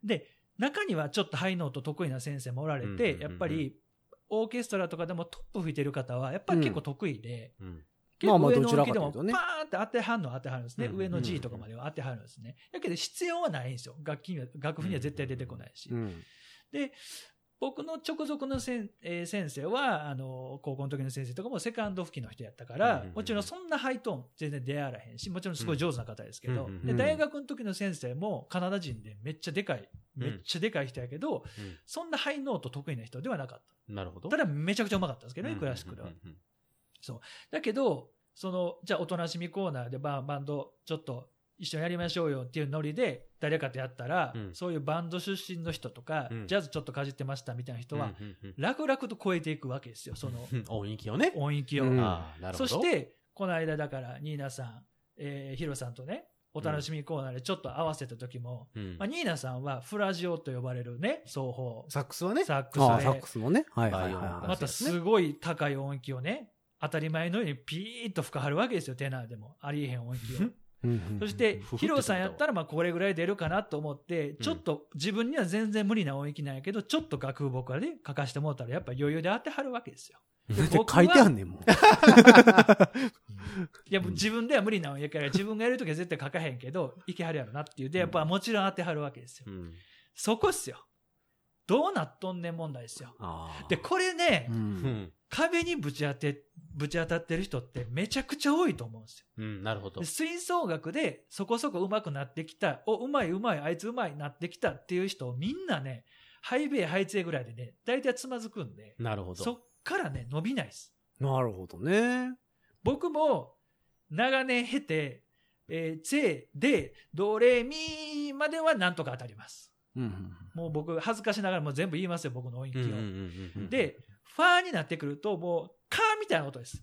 Speaker 4: で、中にはちょっとハイノート得意な先生もおられ
Speaker 3: うんうんうんう
Speaker 4: て、
Speaker 3: ん
Speaker 4: やっぱり、オーケストラとかでもトップ吹いてる方は、やっぱり結構得意で、
Speaker 3: うん。
Speaker 4: 結
Speaker 2: まあまあ
Speaker 4: 構上
Speaker 2: ど
Speaker 4: の
Speaker 2: ちら
Speaker 4: 音
Speaker 2: か
Speaker 4: で
Speaker 2: とい
Speaker 4: も
Speaker 2: う
Speaker 4: パ
Speaker 2: と
Speaker 4: ー
Speaker 2: ね
Speaker 4: ンって当てはるのは当てはるんですね。
Speaker 3: うん
Speaker 4: 上の G とかまでは当てはるんですね。だけど必要はないんですよ。楽器には、楽譜には絶対出てこないし。
Speaker 2: うん。
Speaker 4: で、僕の直属のせん、えー先生は、あの、高校の時の先生とかもセカンド付近の人やったか
Speaker 3: うん
Speaker 4: ら
Speaker 3: うんうん、
Speaker 4: もちろんそんなハイトーン全然出会わらへんし、もちろんすごい上手な方ですけ
Speaker 3: う
Speaker 4: ど
Speaker 3: んうんうん、
Speaker 4: で大学の時の先生もカナダ人でめっちゃでかい、めっちゃでかい人やけど、そんなハイノート得意な人ではなかっ
Speaker 3: なるほど。
Speaker 4: た。ただめちゃくちゃうまかったんですけど
Speaker 3: う
Speaker 4: ね、
Speaker 3: ん
Speaker 4: クラシックでは
Speaker 3: うん。うん
Speaker 4: だけど、その、じゃあおとなしみコーナーでババンドちょっと一緒にやりましょうよっていうノリで誰かとやったら、
Speaker 3: うん
Speaker 4: そういうバンド出身の人とか、
Speaker 3: うん
Speaker 4: ジャズちょっとかじってましたみたいな人
Speaker 3: うん
Speaker 4: は、
Speaker 3: うんうん
Speaker 4: 楽々と超えていくわけですよ、その
Speaker 3: うん音域をね。
Speaker 4: 音域を。
Speaker 2: うん
Speaker 3: ああ、なるほ
Speaker 4: そ
Speaker 3: ど。
Speaker 4: して、この間だから、ニーナさん、えーヒロさんとね、お楽しみコーナーでちょっと合わせた時も、
Speaker 3: うん、
Speaker 4: まあ、ニーナさんはフラジオと呼ばれるね、奏法、
Speaker 3: サックスはね。
Speaker 4: サックス
Speaker 2: ああ、
Speaker 4: で
Speaker 2: サックスのね。はいはいはい
Speaker 3: バイオ
Speaker 2: は
Speaker 3: リン
Speaker 4: ま
Speaker 2: い。
Speaker 4: たすごい高い音域をね、当たり前のようにピーッと吹かはるわけですよ、テナーでも。ありえへん音域を。
Speaker 2: うんうん
Speaker 4: そして
Speaker 3: ふふ、
Speaker 4: ヒロさんやったら、まあ、これぐらい出るかなと思って、
Speaker 3: ん
Speaker 4: ちょっと、自分には全然無理な音域なんやけど、ちょっと楽譜僕からね、書かしてもらったら、やっぱ余裕で当てはるわけですよ。
Speaker 2: だって 書いてあんねんもん。
Speaker 4: いや、もう自分では無理な音域やから、自分がやるときは絶対書かへんけど、いけはるやろなっていう。で、やっぱもちろん当てはるわけですよ
Speaker 3: う。ん
Speaker 4: そこっすよ。どうなっとんねん問題ですよ。
Speaker 2: ああ
Speaker 4: で、これね、
Speaker 2: う。
Speaker 3: うんん。
Speaker 4: 壁にぶち当て、ぶち当たってる人ってめちゃくちゃ多いと思うんですよ。
Speaker 3: うん、なるほど
Speaker 4: で。吹奏楽でそこそこ上手くなってきた、お、上手い上手い、あいつ上手いなってきたっていう人をみんなね、ハイベイ、ハイツエぐらいでね、大体つまずくんで、
Speaker 3: なるほど。
Speaker 4: そっからね、伸びないです。
Speaker 2: なるほどね。
Speaker 4: 僕も、長年経て、えー、チェ、で、ドレミまではなんとか当たります。
Speaker 2: うんうん。
Speaker 4: もう僕、恥ずかしながらもう全部言いますよ、僕の音域
Speaker 3: う
Speaker 4: を。
Speaker 3: んうんうんうんうん、
Speaker 4: で、ファーになってくると、もう、カーみたいな音です。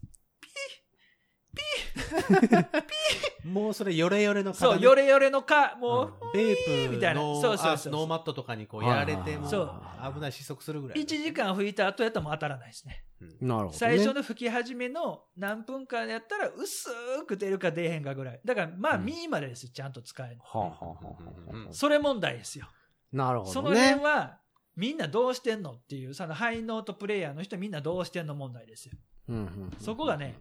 Speaker 3: もうそれ、ヨレヨレの
Speaker 4: そう、
Speaker 3: ね
Speaker 4: ヨレヨレのカー、
Speaker 3: うん
Speaker 4: もう、
Speaker 3: ベープ
Speaker 4: みたいな
Speaker 3: の
Speaker 4: そうそうそう
Speaker 3: あノーマットとかにこうやられても、
Speaker 4: そう
Speaker 3: 危ない、失速するぐらい。
Speaker 4: 1時間吹いた後やったらもう当たらないですね。
Speaker 2: なるほどね。
Speaker 4: 最初の吹き始めの何分間やったら薄く出るか出えへんかぐらい。だからまあ、
Speaker 2: うん
Speaker 4: ミーまでですよ、ちゃんと使えるの。
Speaker 2: はあはあはあはあはあ
Speaker 4: それ問題ですよ。
Speaker 2: なるほ
Speaker 4: そ
Speaker 2: ど
Speaker 4: の辺
Speaker 2: ね。
Speaker 4: は、みんなどうしてんのっていう、そのハイノートプレイヤーの人みんなどうしてんの問題ですよ。
Speaker 2: うんうん
Speaker 4: そこがね、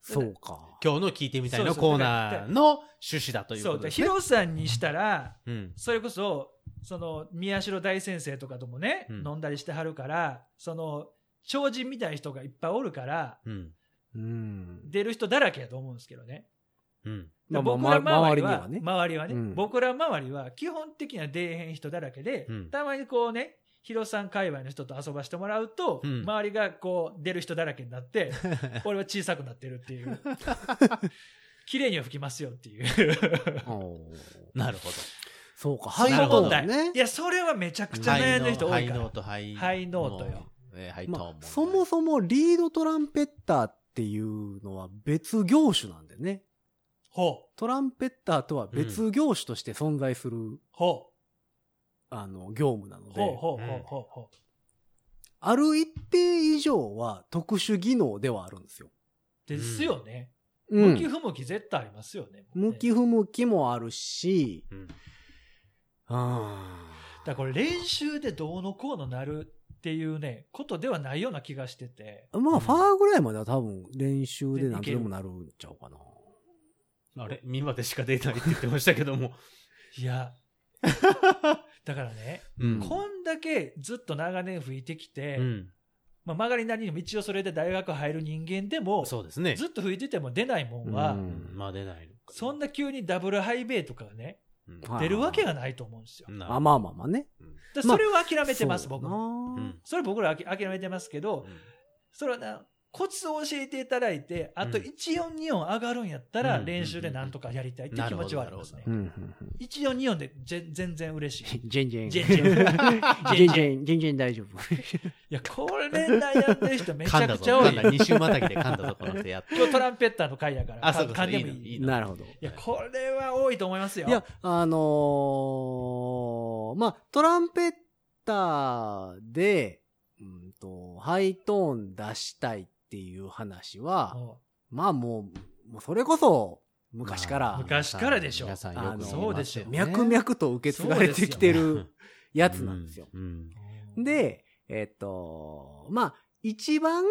Speaker 2: そうか。
Speaker 3: 今日の聞いてみたい
Speaker 4: そ
Speaker 3: の
Speaker 4: うそう
Speaker 3: コーナーの趣旨だという
Speaker 4: そ
Speaker 3: こ
Speaker 4: う、
Speaker 3: と
Speaker 4: で
Speaker 3: ですね。
Speaker 4: ヒロさんにしたら、
Speaker 3: うん。
Speaker 4: それこそ、その、宮代大先生とかともね、
Speaker 3: うん
Speaker 4: 飲んだりしてはるから、その、超人みたいな人がいっぱいおるから、
Speaker 3: うん。
Speaker 2: うん。
Speaker 4: 出る人だらけやと思うんですけどね。
Speaker 3: うん。
Speaker 2: まあまあ
Speaker 4: 僕ら周
Speaker 2: 周
Speaker 4: り
Speaker 2: りに
Speaker 4: は
Speaker 2: は、ね。
Speaker 4: 周りはね、
Speaker 2: うん
Speaker 4: 僕ら周りは基本的には出えへん人だらけで、
Speaker 3: うん
Speaker 4: たまにこうね、ヒロさん界隈の人と遊ばしてもらうと、
Speaker 3: うん
Speaker 4: 周りがこう出る人だらけに なって、俺は小さくなってるっていう。綺麗には吹きますよっていう。
Speaker 2: おー
Speaker 3: なるほど。
Speaker 2: そうか。
Speaker 4: そ
Speaker 2: ハイ
Speaker 4: の
Speaker 2: ノ
Speaker 4: 問
Speaker 2: ート
Speaker 4: 題、
Speaker 2: ね
Speaker 4: い。や、それはめちゃくちゃ悩んでる人多
Speaker 3: ハ
Speaker 4: い
Speaker 3: イ
Speaker 4: か
Speaker 3: ノ
Speaker 4: ら
Speaker 3: ー。ト、ハイ
Speaker 4: ハイノートよ。
Speaker 3: えーハイトーン
Speaker 2: ま
Speaker 3: も
Speaker 2: あ、そもそもリードトランペッターっていうのは別業種なんでね。
Speaker 4: ほう、
Speaker 2: トランペッターとは別業種として存在する、
Speaker 4: ほ
Speaker 2: あの、業務な
Speaker 4: う、
Speaker 2: の
Speaker 4: ほう、
Speaker 2: で、
Speaker 4: ほう、ほう
Speaker 3: うん、
Speaker 4: ほう、ほう。
Speaker 2: ある一定以上は特殊技能ではあるんですよ。
Speaker 4: ですよね。
Speaker 2: う
Speaker 4: 向き
Speaker 2: ん。
Speaker 4: 不向き絶対ありますよね。
Speaker 2: 向き
Speaker 4: だか
Speaker 2: 不向きもあるし、
Speaker 3: うん。
Speaker 2: あ
Speaker 4: らこれ練習でどうのこうのなるっていうね、ことではないような気がしてて。
Speaker 2: ーまあ、ファーぐらいまでは多分練習で何とでもなるんちゃうかな。
Speaker 3: あれ、見までしか出ないって言ってましたけども。
Speaker 4: い や。だからね、
Speaker 2: うん
Speaker 4: こんだけずっと長年吹いてきて、
Speaker 3: うん。
Speaker 4: まあ、曲がりなりにも一応それで大学入る人間でも、
Speaker 3: そうですね。
Speaker 4: ずっと吹いてても出ないもんは、
Speaker 2: うん
Speaker 3: うんまあ出ないのか。
Speaker 4: そんな急にダブルハイベイとかがね、
Speaker 3: うん
Speaker 2: はい
Speaker 4: 出るわけがないと思うんですよ。
Speaker 3: なるほど
Speaker 2: あまあまあまあね。
Speaker 4: だからそれを諦めてます、
Speaker 2: そう
Speaker 4: 僕
Speaker 2: な
Speaker 4: も。
Speaker 3: う
Speaker 2: うん
Speaker 3: ん。
Speaker 4: それ僕らあき諦めてますけど、それはな、コツを教えていただいて、あと
Speaker 3: うん
Speaker 4: 1、4、2音上がるんやったら、
Speaker 3: うん
Speaker 4: 練習でなんとかやりたいって気持ちはありますね
Speaker 3: う。
Speaker 2: うんうんうん
Speaker 4: 1、4、2音でぜ全然嬉 しい。
Speaker 2: ジェン ジェン。
Speaker 4: ジェンジェン
Speaker 2: ジェンジェン、ジェンジェン大丈夫。
Speaker 4: いや、これ悩んでる人めち
Speaker 3: 噛ん
Speaker 4: ゃ
Speaker 3: だ
Speaker 4: く
Speaker 3: ぞ。
Speaker 4: ちゃ多
Speaker 3: 噛ん
Speaker 4: い。
Speaker 3: だ。二週またぎで噛んだぞ、この人やって。
Speaker 4: 今日トランペッターの回やから、
Speaker 3: あそうか
Speaker 4: かんでも
Speaker 3: いい
Speaker 4: い
Speaker 3: の
Speaker 4: い。
Speaker 3: いいの
Speaker 2: なるほど。
Speaker 4: いや、これは多いと思いますよ。
Speaker 2: いや、あのーまあ、トランペッターで、うんと、ハイトーン出したいっっていう話は、
Speaker 4: も
Speaker 2: まあもう、もうそれこそ、昔か
Speaker 3: まあ
Speaker 2: ら、
Speaker 4: 昔からでしょ
Speaker 3: 皆さん
Speaker 2: あ
Speaker 3: よ
Speaker 2: の
Speaker 3: く
Speaker 4: そうですよ
Speaker 2: 脈々と受け継がれてきてるやつなんですよ。
Speaker 3: うん。うん
Speaker 4: う
Speaker 2: で、えっと、まあ、一番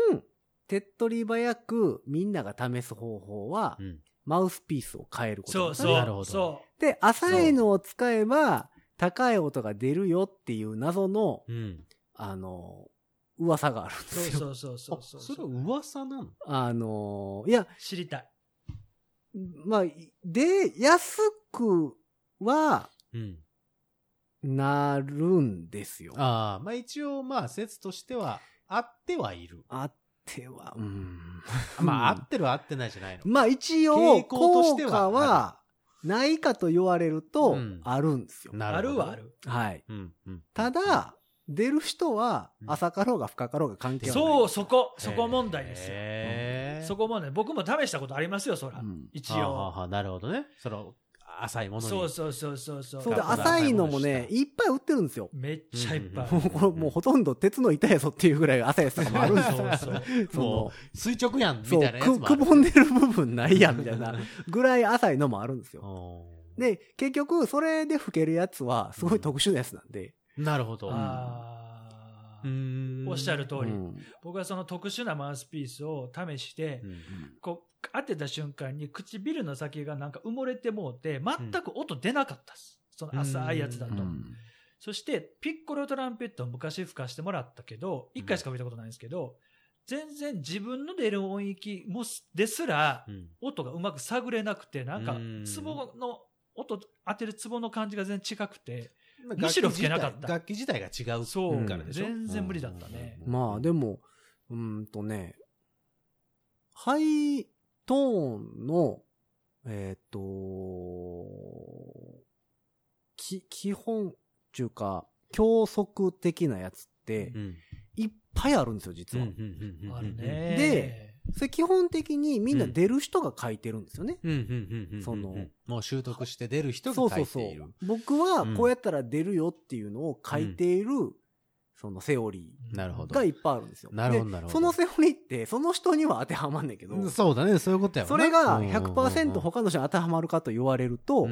Speaker 2: 手っ取り早くみんなが試す方法は、
Speaker 3: うん
Speaker 2: マウスピースを変えること
Speaker 4: そう
Speaker 2: ですね
Speaker 3: なる
Speaker 4: そ
Speaker 3: ほど
Speaker 4: うそ
Speaker 2: で、浅いのを使えば、高い音が出るよっていう謎の、
Speaker 3: うん。
Speaker 2: あの、噂があるんで
Speaker 4: うそう
Speaker 2: すよ。
Speaker 4: そうそうそ
Speaker 3: あ
Speaker 4: うそう
Speaker 3: それは噂なの
Speaker 2: あの、いや、
Speaker 4: 知りたい
Speaker 2: まあ、で、安くは
Speaker 3: うん。
Speaker 2: なるんですよ。
Speaker 3: ああ、まあ一応、まあ説としては、あってはいる。
Speaker 2: あっては、うん。
Speaker 3: まあ合ってるは合ってないじゃないの。
Speaker 2: まあ一応、
Speaker 3: 傾向とし
Speaker 2: 効
Speaker 3: ては
Speaker 2: 果はないかと言われると
Speaker 3: うん、
Speaker 2: あるんですよ。
Speaker 3: な
Speaker 4: あ
Speaker 3: ほ
Speaker 4: る
Speaker 3: ど
Speaker 4: はあ。る
Speaker 2: はい。
Speaker 3: うん。うん
Speaker 2: た、だ、出る人は
Speaker 3: う、ん
Speaker 2: 浅かろうが深かろうが関係はない。
Speaker 4: そうそこそこ問題ですよ、
Speaker 3: へえ
Speaker 4: そこ問題僕も試したことありますよそら、
Speaker 2: うん
Speaker 4: 一
Speaker 3: はあは
Speaker 4: 応
Speaker 3: あはあなるほどね。その、浅いものに。
Speaker 4: そうそうそうそうそう
Speaker 2: そう
Speaker 3: だ
Speaker 2: で、
Speaker 3: から
Speaker 2: 浅いのもね、
Speaker 3: 浅
Speaker 2: いっぱい売ってるん ですよ。
Speaker 4: めっちゃいっぱいあ
Speaker 3: う
Speaker 4: る、
Speaker 3: ん
Speaker 2: もうこれ、もうほとんど鉄の板やぞっていうぐらい浅いやつとかもあるん ですよ。
Speaker 4: そうそう
Speaker 2: その
Speaker 3: もう、垂直やん、み
Speaker 2: そ
Speaker 3: た
Speaker 2: う
Speaker 3: いなやつも
Speaker 2: く、
Speaker 3: あ
Speaker 2: く
Speaker 3: る
Speaker 2: ぼんでる部分ないやん、みたいなぐらい浅いのもあるんですよ。
Speaker 3: おー
Speaker 2: で、結局、それで吹けるやつは、すごい特殊なやつなんで。
Speaker 3: なるほど。
Speaker 4: あー
Speaker 3: うん
Speaker 4: おっしゃる通
Speaker 2: う
Speaker 4: り、
Speaker 2: ん
Speaker 4: 僕はその特殊なマウスピースを試して、
Speaker 3: うん
Speaker 4: こう当てた瞬間に唇の先がなんか埋もれてもうて全く音出なかったです、その浅いやつだと、
Speaker 2: うん
Speaker 4: そしてピッコロトランペットを昔吹かしてもらったけど1回しか吹いたことないんですけど、全然自分の出る音域もすですら
Speaker 3: うん
Speaker 4: 音がうまく探れなくてなんか
Speaker 3: うん
Speaker 4: ツボの音当てるツボの感じが全然違くて
Speaker 3: 楽器
Speaker 4: むしろ吹けなかった
Speaker 3: 楽器自体楽器自体が違う
Speaker 4: そう、
Speaker 2: うん
Speaker 3: からでしょ。
Speaker 4: 全然無理だったね、
Speaker 3: うん
Speaker 2: まあ、でも、うーんとね、ハイトーンの、えっ、と、き、基本っていうか、教則的なやつって
Speaker 3: う、ん
Speaker 2: いっぱいあるんですよ、実は。
Speaker 3: うん
Speaker 4: ある。ね
Speaker 2: でそれ基本的にみんな出る人が書いてるんですよね。
Speaker 3: うんうんうんうんうん
Speaker 2: その
Speaker 3: もう習得して出る人
Speaker 2: そう
Speaker 3: が書
Speaker 2: そう
Speaker 3: いて
Speaker 2: そ
Speaker 3: いる
Speaker 2: う。。僕はこうやったら出るよっていうのを書いている、そのセオリ
Speaker 3: なるほ
Speaker 2: ー
Speaker 3: ど
Speaker 2: がいっぱいあるんですよ。
Speaker 3: なるほど
Speaker 2: で
Speaker 3: なるほど
Speaker 2: そのセオリーってその人には当てはまんねんけど、
Speaker 3: うんそうだね、そういうことや
Speaker 2: それが100%
Speaker 3: 100%
Speaker 2: 他の人に当てはまるかと言われると、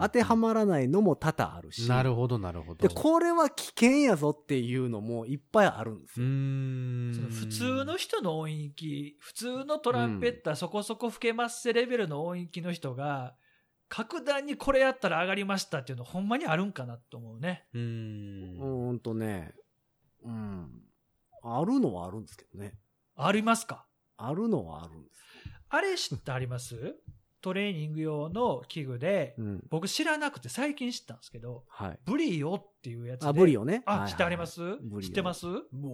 Speaker 2: 当てはまらないのも多々あるし。
Speaker 3: なるほど、なるほど。
Speaker 2: で、これは危険やぞっていうのもいっぱいあるんです
Speaker 3: うー
Speaker 2: よ。
Speaker 3: ん
Speaker 4: その普通の人の音域、普通のトランペッターそこそこ吹けますせレベルの音域の人が、格段にこれやったら上がりましたっていうのほんまにあるんかなと思うね。
Speaker 3: うー。
Speaker 2: うんーんとね、うん。あるのはあるんですけどね。
Speaker 4: ありますか
Speaker 2: あるのはあるんです。
Speaker 4: あれ知ってありますトレーニング用の器具で
Speaker 2: う、ん。
Speaker 4: 僕知らなくて最近知ったんですけど、
Speaker 2: はい。
Speaker 4: ブリオっていうやつで。
Speaker 2: あ、ブリをね。はいはい
Speaker 4: あ、
Speaker 2: はい
Speaker 4: 知ってあります
Speaker 2: ブリオ
Speaker 4: 知ってます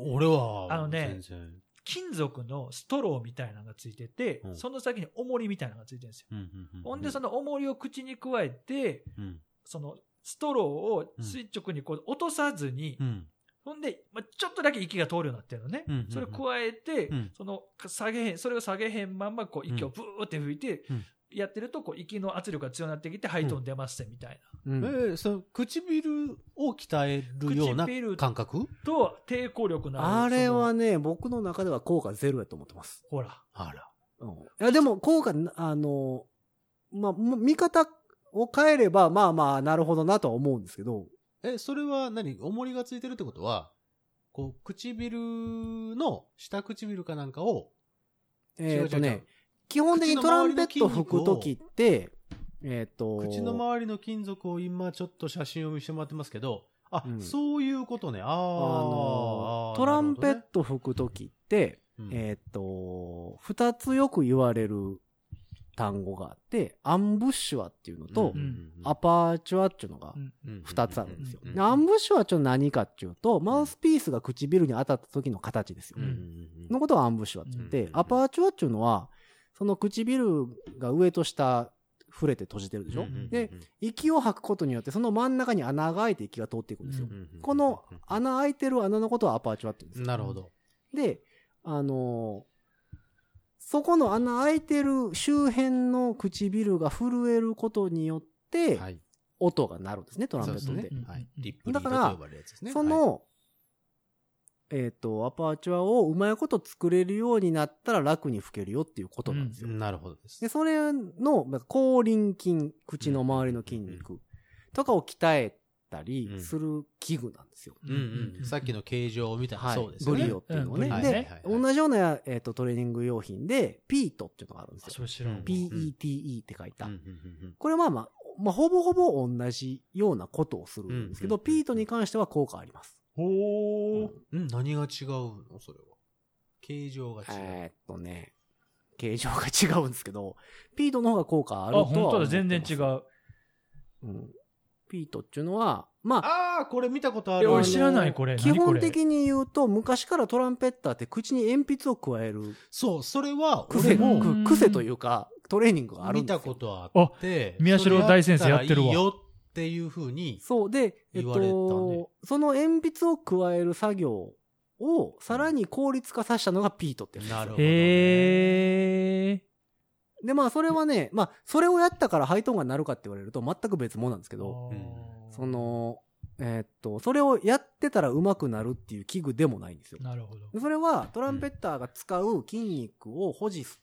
Speaker 3: 俺は、
Speaker 4: あのね
Speaker 3: 全然
Speaker 4: 金属のストローみたいなのがついてて
Speaker 3: う、ん
Speaker 4: その先に重りみたいなのがついてるんですよ。
Speaker 3: うんうんう
Speaker 4: ほんでその重りを口に加えて、
Speaker 3: うん
Speaker 4: そのストローを垂直にこう落とさずに、
Speaker 3: うん
Speaker 4: ほんで、まあ、ちょっとだけ息が通るようになってるのね。
Speaker 3: うんうんうん
Speaker 4: それを加えて、
Speaker 3: うん
Speaker 4: その下げへん、それを下げへんまんまこう息をブーって吹いて、
Speaker 3: うん
Speaker 4: やってるとこう息の圧力が強くなってきて、ハイトーン出ますせみたいな。
Speaker 2: うん
Speaker 3: えーその唇を鍛えるような
Speaker 4: 唇
Speaker 3: 感覚
Speaker 4: と、抵抗力のる
Speaker 2: あれは
Speaker 4: その
Speaker 2: ね、僕の中では効果ゼロやと思ってます。
Speaker 4: ほら。
Speaker 3: あら。
Speaker 2: うん、いやでも効果な、あの、まあ、も見方を変えれば、まあまあ、なるほどなとは思うんですけど、
Speaker 3: え、それは何重りがついてるってことは、こう、唇の下唇かなんかを、
Speaker 2: えっ、と
Speaker 3: 違う違う違
Speaker 2: ね
Speaker 3: う、
Speaker 2: 基本的にトランペットを吹くときって、えっ、と、
Speaker 3: 口の周りの金属を今ちょっと写真を見せてもらってますけど、あ、
Speaker 2: うん
Speaker 3: そういうことね。あー
Speaker 2: あ
Speaker 3: あ
Speaker 2: の
Speaker 3: ー、
Speaker 2: トランペ
Speaker 3: な
Speaker 2: ッ
Speaker 3: る
Speaker 2: ト吹くときって、
Speaker 3: ほどね
Speaker 2: えっ、と、二つよく言われる単語があって、アンブッシュアっていうのと、
Speaker 4: ん
Speaker 2: アパーチュアっていうのが二つあるんですよ。でアンブッシュはちょっと何かっていうと、マウスピースが唇に当たった時の形ですよ。
Speaker 3: うんうんうん
Speaker 2: のことはアンブッシュはって言って、
Speaker 3: うん
Speaker 2: アパーチュアっていうのは、その唇が上と下触れて閉じてるでしょ、
Speaker 3: うんうんうん
Speaker 2: で、息を吐くことによって、その真ん中に穴が開いて息が通っていくんですよ。
Speaker 4: うん
Speaker 2: この、穴開いてる穴のことはアパーチュアって言うんですよ。
Speaker 3: なるほど。
Speaker 2: で、あのーそこの穴開いてる周辺の唇が震えることによって、
Speaker 3: はい。
Speaker 2: 音が鳴るんですね、トランペ
Speaker 3: そうで
Speaker 2: ッ
Speaker 3: す
Speaker 2: トって。
Speaker 3: ね。はい。リップリー
Speaker 2: だ
Speaker 3: ド
Speaker 2: か
Speaker 3: と
Speaker 2: ら
Speaker 3: 呼ばれるやつですね。
Speaker 2: その、えっ、と、アパーチュアをうまいこと作れるようになったら楽に吹けるよっていうことなんですよ。
Speaker 3: なるほどです
Speaker 2: で、。それの、まあ口輪筋、口の周りの筋肉とかを鍛えたりする器具なんですよ。
Speaker 3: うんうん。さっきの形状みたいな。
Speaker 2: はい
Speaker 3: そうですよ
Speaker 2: ブ
Speaker 3: ね。
Speaker 2: リオっていうのをね。
Speaker 4: うん
Speaker 3: はい
Speaker 4: ブリオ
Speaker 2: で、
Speaker 4: ね
Speaker 3: じ。
Speaker 2: 同じような、えっとトレーニング用品で、ピートっていうのがあるんですよ。
Speaker 4: それ知らんわ。
Speaker 3: うん
Speaker 2: PETE って書いた。
Speaker 3: うんうんうん
Speaker 2: これはまあ、まあ、ほぼほぼ同じようなことをするんですけど、
Speaker 3: うん
Speaker 2: ピートに関しては効果あります。
Speaker 4: ほー。
Speaker 3: うんうん何が違うのそれは。形状が違う。
Speaker 2: えーっとね、形状が違うんですけど、ピートの方が効果あ
Speaker 4: あ、
Speaker 2: るとは思
Speaker 4: 本当
Speaker 2: っ
Speaker 4: だ、
Speaker 2: てます
Speaker 4: 全然違。う。
Speaker 2: うんピートっていうのは、まあ、
Speaker 3: ああ、これ見たことあ
Speaker 4: え
Speaker 3: る。
Speaker 4: 俺知らないこれ
Speaker 2: 基
Speaker 4: 何こ
Speaker 2: 本
Speaker 4: れ
Speaker 2: 的に言うと、昔からトランペッターって口に鉛筆を加える
Speaker 3: そう、それは俺
Speaker 2: 癖
Speaker 3: も
Speaker 4: うん
Speaker 2: く癖というか、トレーニングがあるん
Speaker 3: 見
Speaker 2: ですよ
Speaker 3: たことあって、
Speaker 4: あ宮代大先生やってるわ
Speaker 3: それやったらいいよっていうふうに、
Speaker 2: そう。で、えっ
Speaker 3: 言われたね
Speaker 2: と、その鉛筆を加える作業をさらに効率化させたのがピートってやつですよ
Speaker 3: なるほど
Speaker 4: へー。
Speaker 2: で、まあ、それはね、まあ、それをやったからハイトーンがなるかって言われると全く別物なんですけど、
Speaker 4: あー
Speaker 2: そ、の、えーっと、それをやってたら上手くなるっていう器具でもないんですよ。
Speaker 4: なるほど。
Speaker 2: それはトランペッターが使う筋肉を保持す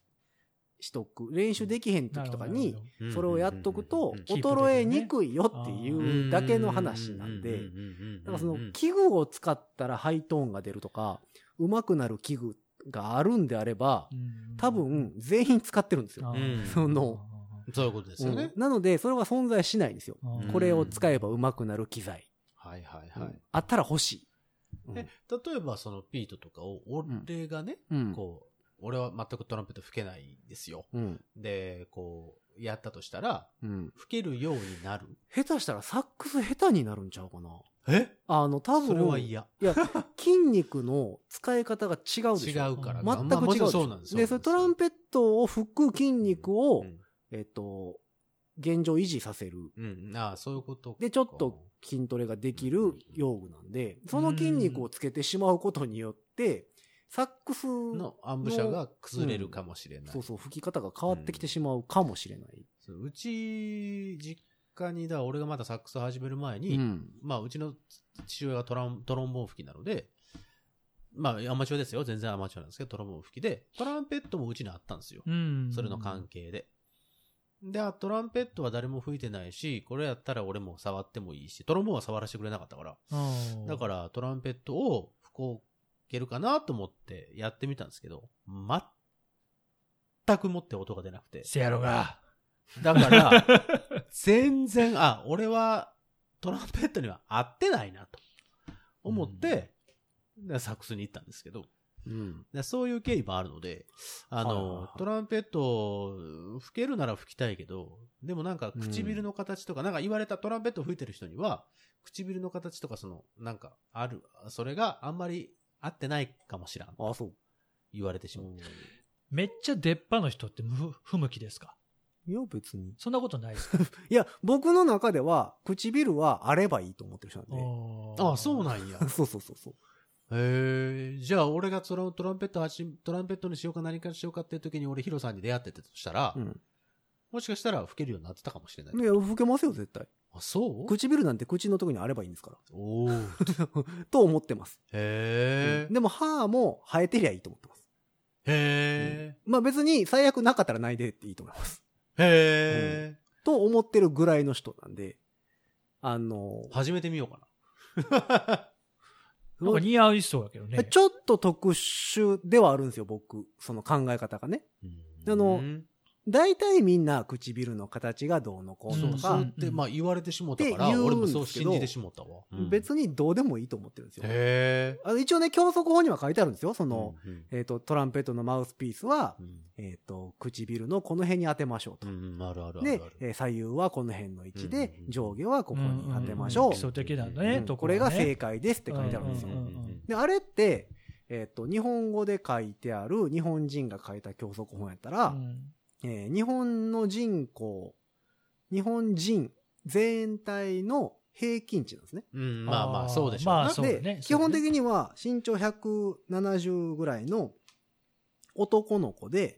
Speaker 2: しとく、練習できへん時とか
Speaker 4: なる
Speaker 2: に
Speaker 4: ほど、なる
Speaker 3: うん
Speaker 2: それをやっとくと
Speaker 3: うん
Speaker 4: キープできるね
Speaker 2: 衰えにくいよっていうだけの話なん
Speaker 3: う
Speaker 2: で
Speaker 3: う、うん
Speaker 2: だからその器具を使ったらハイトーンが出るとか、上手くなる器具があるんであれば
Speaker 4: ほ、どうん
Speaker 2: 多分全員使ってるんですよ。
Speaker 4: あー
Speaker 2: その
Speaker 3: そういうことですよね
Speaker 2: うん。なので、それは存在しないんですよ。
Speaker 4: うん
Speaker 2: これを使えば上手くなる機材。
Speaker 3: はいはいはい。
Speaker 2: あったら欲しい。うん
Speaker 3: え例えばそのピートとかを、俺がね、
Speaker 2: うん
Speaker 3: こう、俺は全くトランペット吹けないんですよ。
Speaker 2: うん。
Speaker 3: で、こう、やったとしたら、
Speaker 2: うん。
Speaker 3: 吹けるようになる。
Speaker 2: 下手したらサックス下手になるんちゃうかな。
Speaker 3: え
Speaker 2: あの、多分、
Speaker 3: それは嫌。
Speaker 2: いや、筋肉の使い方が違うで
Speaker 3: 違
Speaker 2: しょ。
Speaker 3: うから
Speaker 4: ま
Speaker 3: な。
Speaker 4: あ
Speaker 2: 全く
Speaker 3: も
Speaker 2: 違
Speaker 3: ち
Speaker 2: うで
Speaker 3: ろ
Speaker 2: しょ。
Speaker 3: んそうなんです
Speaker 2: で、それトラン
Speaker 3: ッ
Speaker 2: ペットを吹く筋肉を、えっと、現状維持させる。
Speaker 3: うん、ああ、そういうことか。
Speaker 2: で、ちょっと筋トレができる用具なんで、その筋肉をつけてしまうことによって、サックスの、
Speaker 3: のアンブシャが崩れるかもしれない。
Speaker 2: そうそう、吹き方が変わってきてしまうかもしれない。
Speaker 3: そううち、実家に、だから俺がまだサックスを始める前
Speaker 2: う
Speaker 3: に、
Speaker 2: ん。
Speaker 3: まあ、うちの父親がトラントロンボーン吹きなので、まあ、アマチュアですよ。全然アマチュアなんですけど、トロンボーン吹きで、トランペットもうちにあったんですよ。
Speaker 4: うん
Speaker 3: それの関係で。で、あトランペットは誰も吹いてないし、これやったら俺も触ってもいいし、トロンボーンは触らせてくれなかったから、
Speaker 4: うん
Speaker 3: だからトランペットを吹こうけるかなと思ってやってみたんですけど、全くもって音が出なくて。
Speaker 4: せやろが。
Speaker 3: だ から、全然、あ、俺はトランペットには合ってないなと思って、でサックスに行ったんですけど、
Speaker 2: うん。
Speaker 3: でそういう経緯もあるので、あの、
Speaker 2: はいはいはい
Speaker 3: トランペット吹けるなら吹きたいけど、でもなんか唇の形とか、なんか言われたトランペット吹いてる人には、唇の形とかその、なんかある、それがあんまり合ってないかもしらん、
Speaker 2: あ、そう。
Speaker 3: 言われてしまう。
Speaker 4: めっちゃ出っ歯の人って不不向きですか
Speaker 2: いや、別に。
Speaker 4: そんなことな いですか
Speaker 2: いや、僕の中では、唇はあればいいと思ってる人なんで。
Speaker 3: ああ、そう
Speaker 4: な
Speaker 3: なんや。
Speaker 2: そうそうそうそう。
Speaker 3: へえ、じゃあ俺がトラトランペットはし、トランペットにしようか何かにしようかっていう時に俺ヒロさんに出会ってたとしたら、
Speaker 2: うん。
Speaker 3: もしかしたら吹けるようになってたかもしれない。
Speaker 2: いや、吹けますよ、絶対。
Speaker 3: あ、そう
Speaker 2: 唇なんて口のとこにあればいいんですか
Speaker 3: おお。へ
Speaker 2: ら。と思ってます。
Speaker 3: え。
Speaker 2: でも、歯も生えてりゃいいと思ってます。
Speaker 3: へ
Speaker 2: まあ別に、最悪なかったらないでっていいと思います。
Speaker 3: え。へえ。
Speaker 2: と思ってるぐらいの人なんで、あの、
Speaker 3: 始めてみようか
Speaker 4: んか似合いそうやけどね。
Speaker 2: ちょっと特殊ではあるんですよ、僕。その考え方がね。
Speaker 3: な。
Speaker 2: あの
Speaker 3: うん
Speaker 2: 大体みんな唇の形がどうのこう
Speaker 3: そ
Speaker 2: の
Speaker 3: う、
Speaker 2: と
Speaker 3: そ
Speaker 2: か、
Speaker 3: うって、まあ言われてしもたから、
Speaker 2: って言うん
Speaker 3: 俺もそう
Speaker 2: ですけど
Speaker 3: 信じてしもたわ。うん
Speaker 2: 別にどうでもいいと思ってるんですよ。
Speaker 3: へえ。
Speaker 2: あの一応ね、教則法には書いてあるんですよ。その、
Speaker 3: うん、
Speaker 2: えっ、と、トランペットのマウスピースは
Speaker 3: う、ん
Speaker 2: えっ、と、唇のこの辺に当てましょうと
Speaker 3: う。ん、うんあるあるあるあ
Speaker 2: で
Speaker 3: る。、
Speaker 2: えー左右はこの辺の位置で
Speaker 3: うん、
Speaker 2: 上下はここに当てまし
Speaker 4: ん
Speaker 2: ょ
Speaker 4: ん
Speaker 2: う。
Speaker 4: 基礎的なね、
Speaker 2: うん
Speaker 4: と
Speaker 2: こ
Speaker 4: ころ
Speaker 2: れが
Speaker 4: ね
Speaker 2: 正解ですって書いてあるんですよ。
Speaker 4: うんうんうん
Speaker 2: で、あれって、えっ、と、日本語で書いてある、日本人が書いた教則本やったら、
Speaker 4: うん
Speaker 2: えー日本の人口、日本人全体の平均値なんですね。
Speaker 3: うん、まあまあ、そうでしょう
Speaker 4: まあ
Speaker 3: な。
Speaker 4: そうだね
Speaker 2: で、基
Speaker 4: そうだ
Speaker 2: 本
Speaker 4: ね
Speaker 2: 的には身長170ぐらいの男の子で、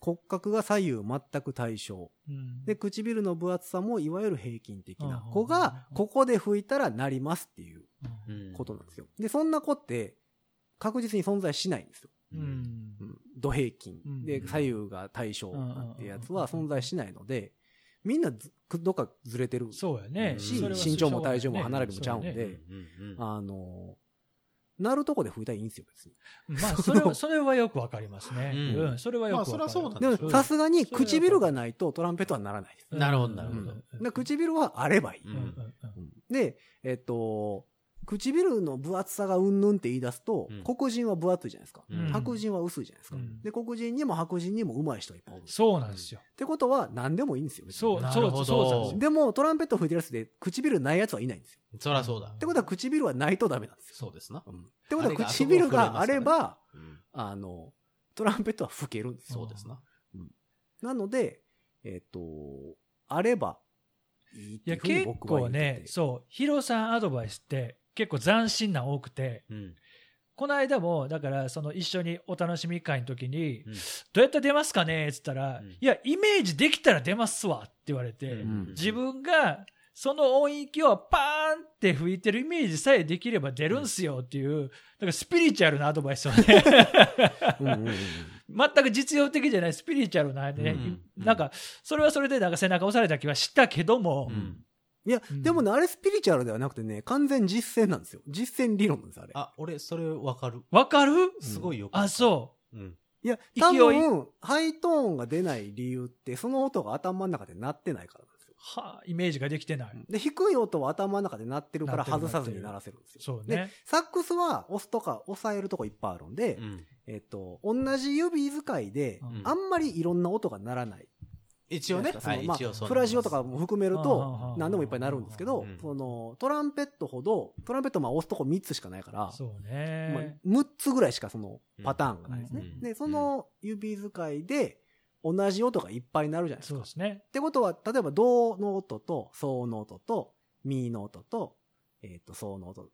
Speaker 2: 骨格が左右全く対称。
Speaker 4: うん
Speaker 2: で、唇の分厚さもいわゆる平均的な子
Speaker 4: うんうんうん
Speaker 2: が
Speaker 4: う、ん
Speaker 2: ここで吹いたらなりますっていう
Speaker 4: うん
Speaker 3: うん
Speaker 2: ことなんですよ。で、そんな子って、確実に存在しないんですよ。
Speaker 4: うんうん
Speaker 2: うん土平均
Speaker 4: うん
Speaker 2: で左右が対称ってやつは
Speaker 4: うんうん
Speaker 2: 存
Speaker 4: うんうん
Speaker 2: 在しないので、みんなずどっかずれてる
Speaker 4: そうやね。
Speaker 2: し、
Speaker 4: それは
Speaker 2: 身長も体重も
Speaker 4: そうやね
Speaker 2: 歯並びもちゃうん
Speaker 4: そや
Speaker 2: で
Speaker 4: ね、
Speaker 3: うんうん
Speaker 2: あの、なるとこで拭いたらいいんですよ、別に。
Speaker 4: まあ、それは、それはよくわかりますね。
Speaker 3: うん
Speaker 4: うん、それはよくわかる。
Speaker 3: まあそりゃそうだ
Speaker 2: で
Speaker 3: ね
Speaker 2: も、さすがに唇がないとトランペットはならないです。
Speaker 4: うん
Speaker 3: なるほどなる
Speaker 2: う
Speaker 3: ほ
Speaker 2: ん
Speaker 3: ど
Speaker 2: だから唇はあればいい。
Speaker 3: う
Speaker 4: うんうん
Speaker 3: ん
Speaker 4: うん
Speaker 2: うんで、えっと、唇の分厚さがうんぬんって言い出すと、
Speaker 3: うん
Speaker 2: 黒人は分厚いじゃないですか。
Speaker 3: うん
Speaker 2: 白人は薄いじゃないですか。
Speaker 4: うん
Speaker 2: で、黒人にも白人にも上手い人がいっぱいおる。っ
Speaker 4: そうなんですよ。
Speaker 2: てことは何でもいいんですよ。別に
Speaker 4: そう、
Speaker 3: な
Speaker 4: そ
Speaker 3: るほ
Speaker 4: う、
Speaker 3: ど
Speaker 4: そうなんですよ。
Speaker 2: でも、トランペット吹いてるやつで、唇ないやつはいないんですよ。
Speaker 3: そらそうだ
Speaker 2: っ。てことは、唇はないとダメなんですよ。
Speaker 3: そうですな。
Speaker 2: うんってことは、
Speaker 3: あれが
Speaker 2: 唇があれば、
Speaker 3: うん
Speaker 2: あの、トランペットは吹けるんですよ。
Speaker 3: そうですな。
Speaker 2: なので、えっ、と、あれば、いいっ
Speaker 4: い
Speaker 2: てい
Speaker 4: や、
Speaker 2: うふうに
Speaker 4: 結
Speaker 2: 僕は
Speaker 4: 構
Speaker 2: 言って
Speaker 4: ね、
Speaker 2: て
Speaker 4: そう、ヒロさんアドバイスって結構斬新な多くて、
Speaker 3: うん。
Speaker 4: この間も、だから、その一緒にお楽しみ会の時に、
Speaker 3: うん
Speaker 4: どうやったら出ますかねっつったら、
Speaker 3: うん
Speaker 4: いや、イメージできたら出ますわって言われて、
Speaker 2: ん
Speaker 4: 自分がその音域をパーンって吹いてるイメージさえできれば出るんすよっていう、なんかスピリチュアルなアドバイスをね、
Speaker 2: うんうんうんうん
Speaker 4: 全く実用的じゃないスピリチュアルなね、
Speaker 3: うん
Speaker 4: なんか、それはそれでなんか背中押された気はしたけども、
Speaker 3: うん
Speaker 2: いや、
Speaker 4: うん
Speaker 2: でもね、あれスピリチュアルではなくてね、完全実践なんですよ。実践理論なんです、あれ。
Speaker 3: あ、俺、それわかる。
Speaker 4: わかる、
Speaker 3: すごいよ。
Speaker 4: あ、そ
Speaker 3: うん。
Speaker 2: いや、
Speaker 4: 勢い
Speaker 2: 多分、ハイトーンが出ない理由って、その音が頭の中で鳴ってないからなんですよ
Speaker 4: う。。はあイメージができてない。
Speaker 2: で、低い音は頭の中で鳴ってるから
Speaker 4: 鳴ってる
Speaker 2: 外さずに鳴らせるんですよ。
Speaker 4: そう
Speaker 2: で
Speaker 4: ね。
Speaker 2: サックスは押すとか押さえるとこいっぱいあるんで、
Speaker 3: うん
Speaker 2: えっと、同じ指使いで、
Speaker 4: うん
Speaker 2: あんまりいろんな音が鳴らない。
Speaker 3: 一応ね。
Speaker 2: その
Speaker 3: はい
Speaker 2: ま
Speaker 3: 一応そ
Speaker 2: あ、
Speaker 3: う
Speaker 2: フ
Speaker 3: な
Speaker 2: ラ
Speaker 3: んです
Speaker 2: ジオとかも含める
Speaker 4: うんうんうんう
Speaker 2: と
Speaker 4: ん、
Speaker 2: 何でもいっぱい鳴るんですけど
Speaker 3: うん、
Speaker 2: その、トランペットほど、トランペットまあ押すとこ3つしかないから、
Speaker 4: そう
Speaker 2: まあ
Speaker 4: ね。、
Speaker 2: 6つぐらいしかそのパターンがないですね。
Speaker 3: うん
Speaker 2: で、その指使いで同じ音がいっぱいなるじゃないです
Speaker 4: そう
Speaker 2: か。
Speaker 4: で
Speaker 2: っ
Speaker 4: すね。
Speaker 2: てことは、例えば、ドの音と、ソの音と、ミの音と、えっ、と、ソの音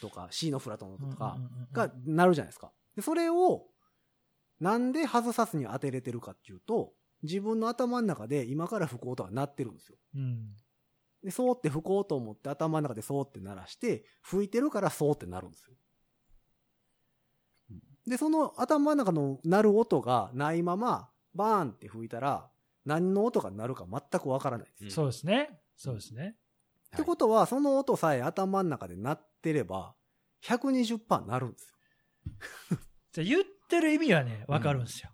Speaker 2: とか、シのフラットの音とか
Speaker 4: うんうんうんうん
Speaker 2: がなるじゃないですか。で、それを、なんで外さずに当てれてるかっていうと、自分の頭の中で今から吹く音が鳴ってるんですよ。
Speaker 4: うん。
Speaker 2: で、そうって吹こうと思って頭の中でそうって鳴らして、吹いてるからそうってなるんですよ。で、その頭の中の鳴る音がないまま、バーンって吹いたら、何の音が鳴るか全くわからないです。
Speaker 3: うん
Speaker 4: そうですね。そうですね。
Speaker 2: ってことは、その音さえ頭の中で鳴ってれば、120%鳴るんですよ。
Speaker 4: じゃあ言ってる意味はね、わかるんですよ。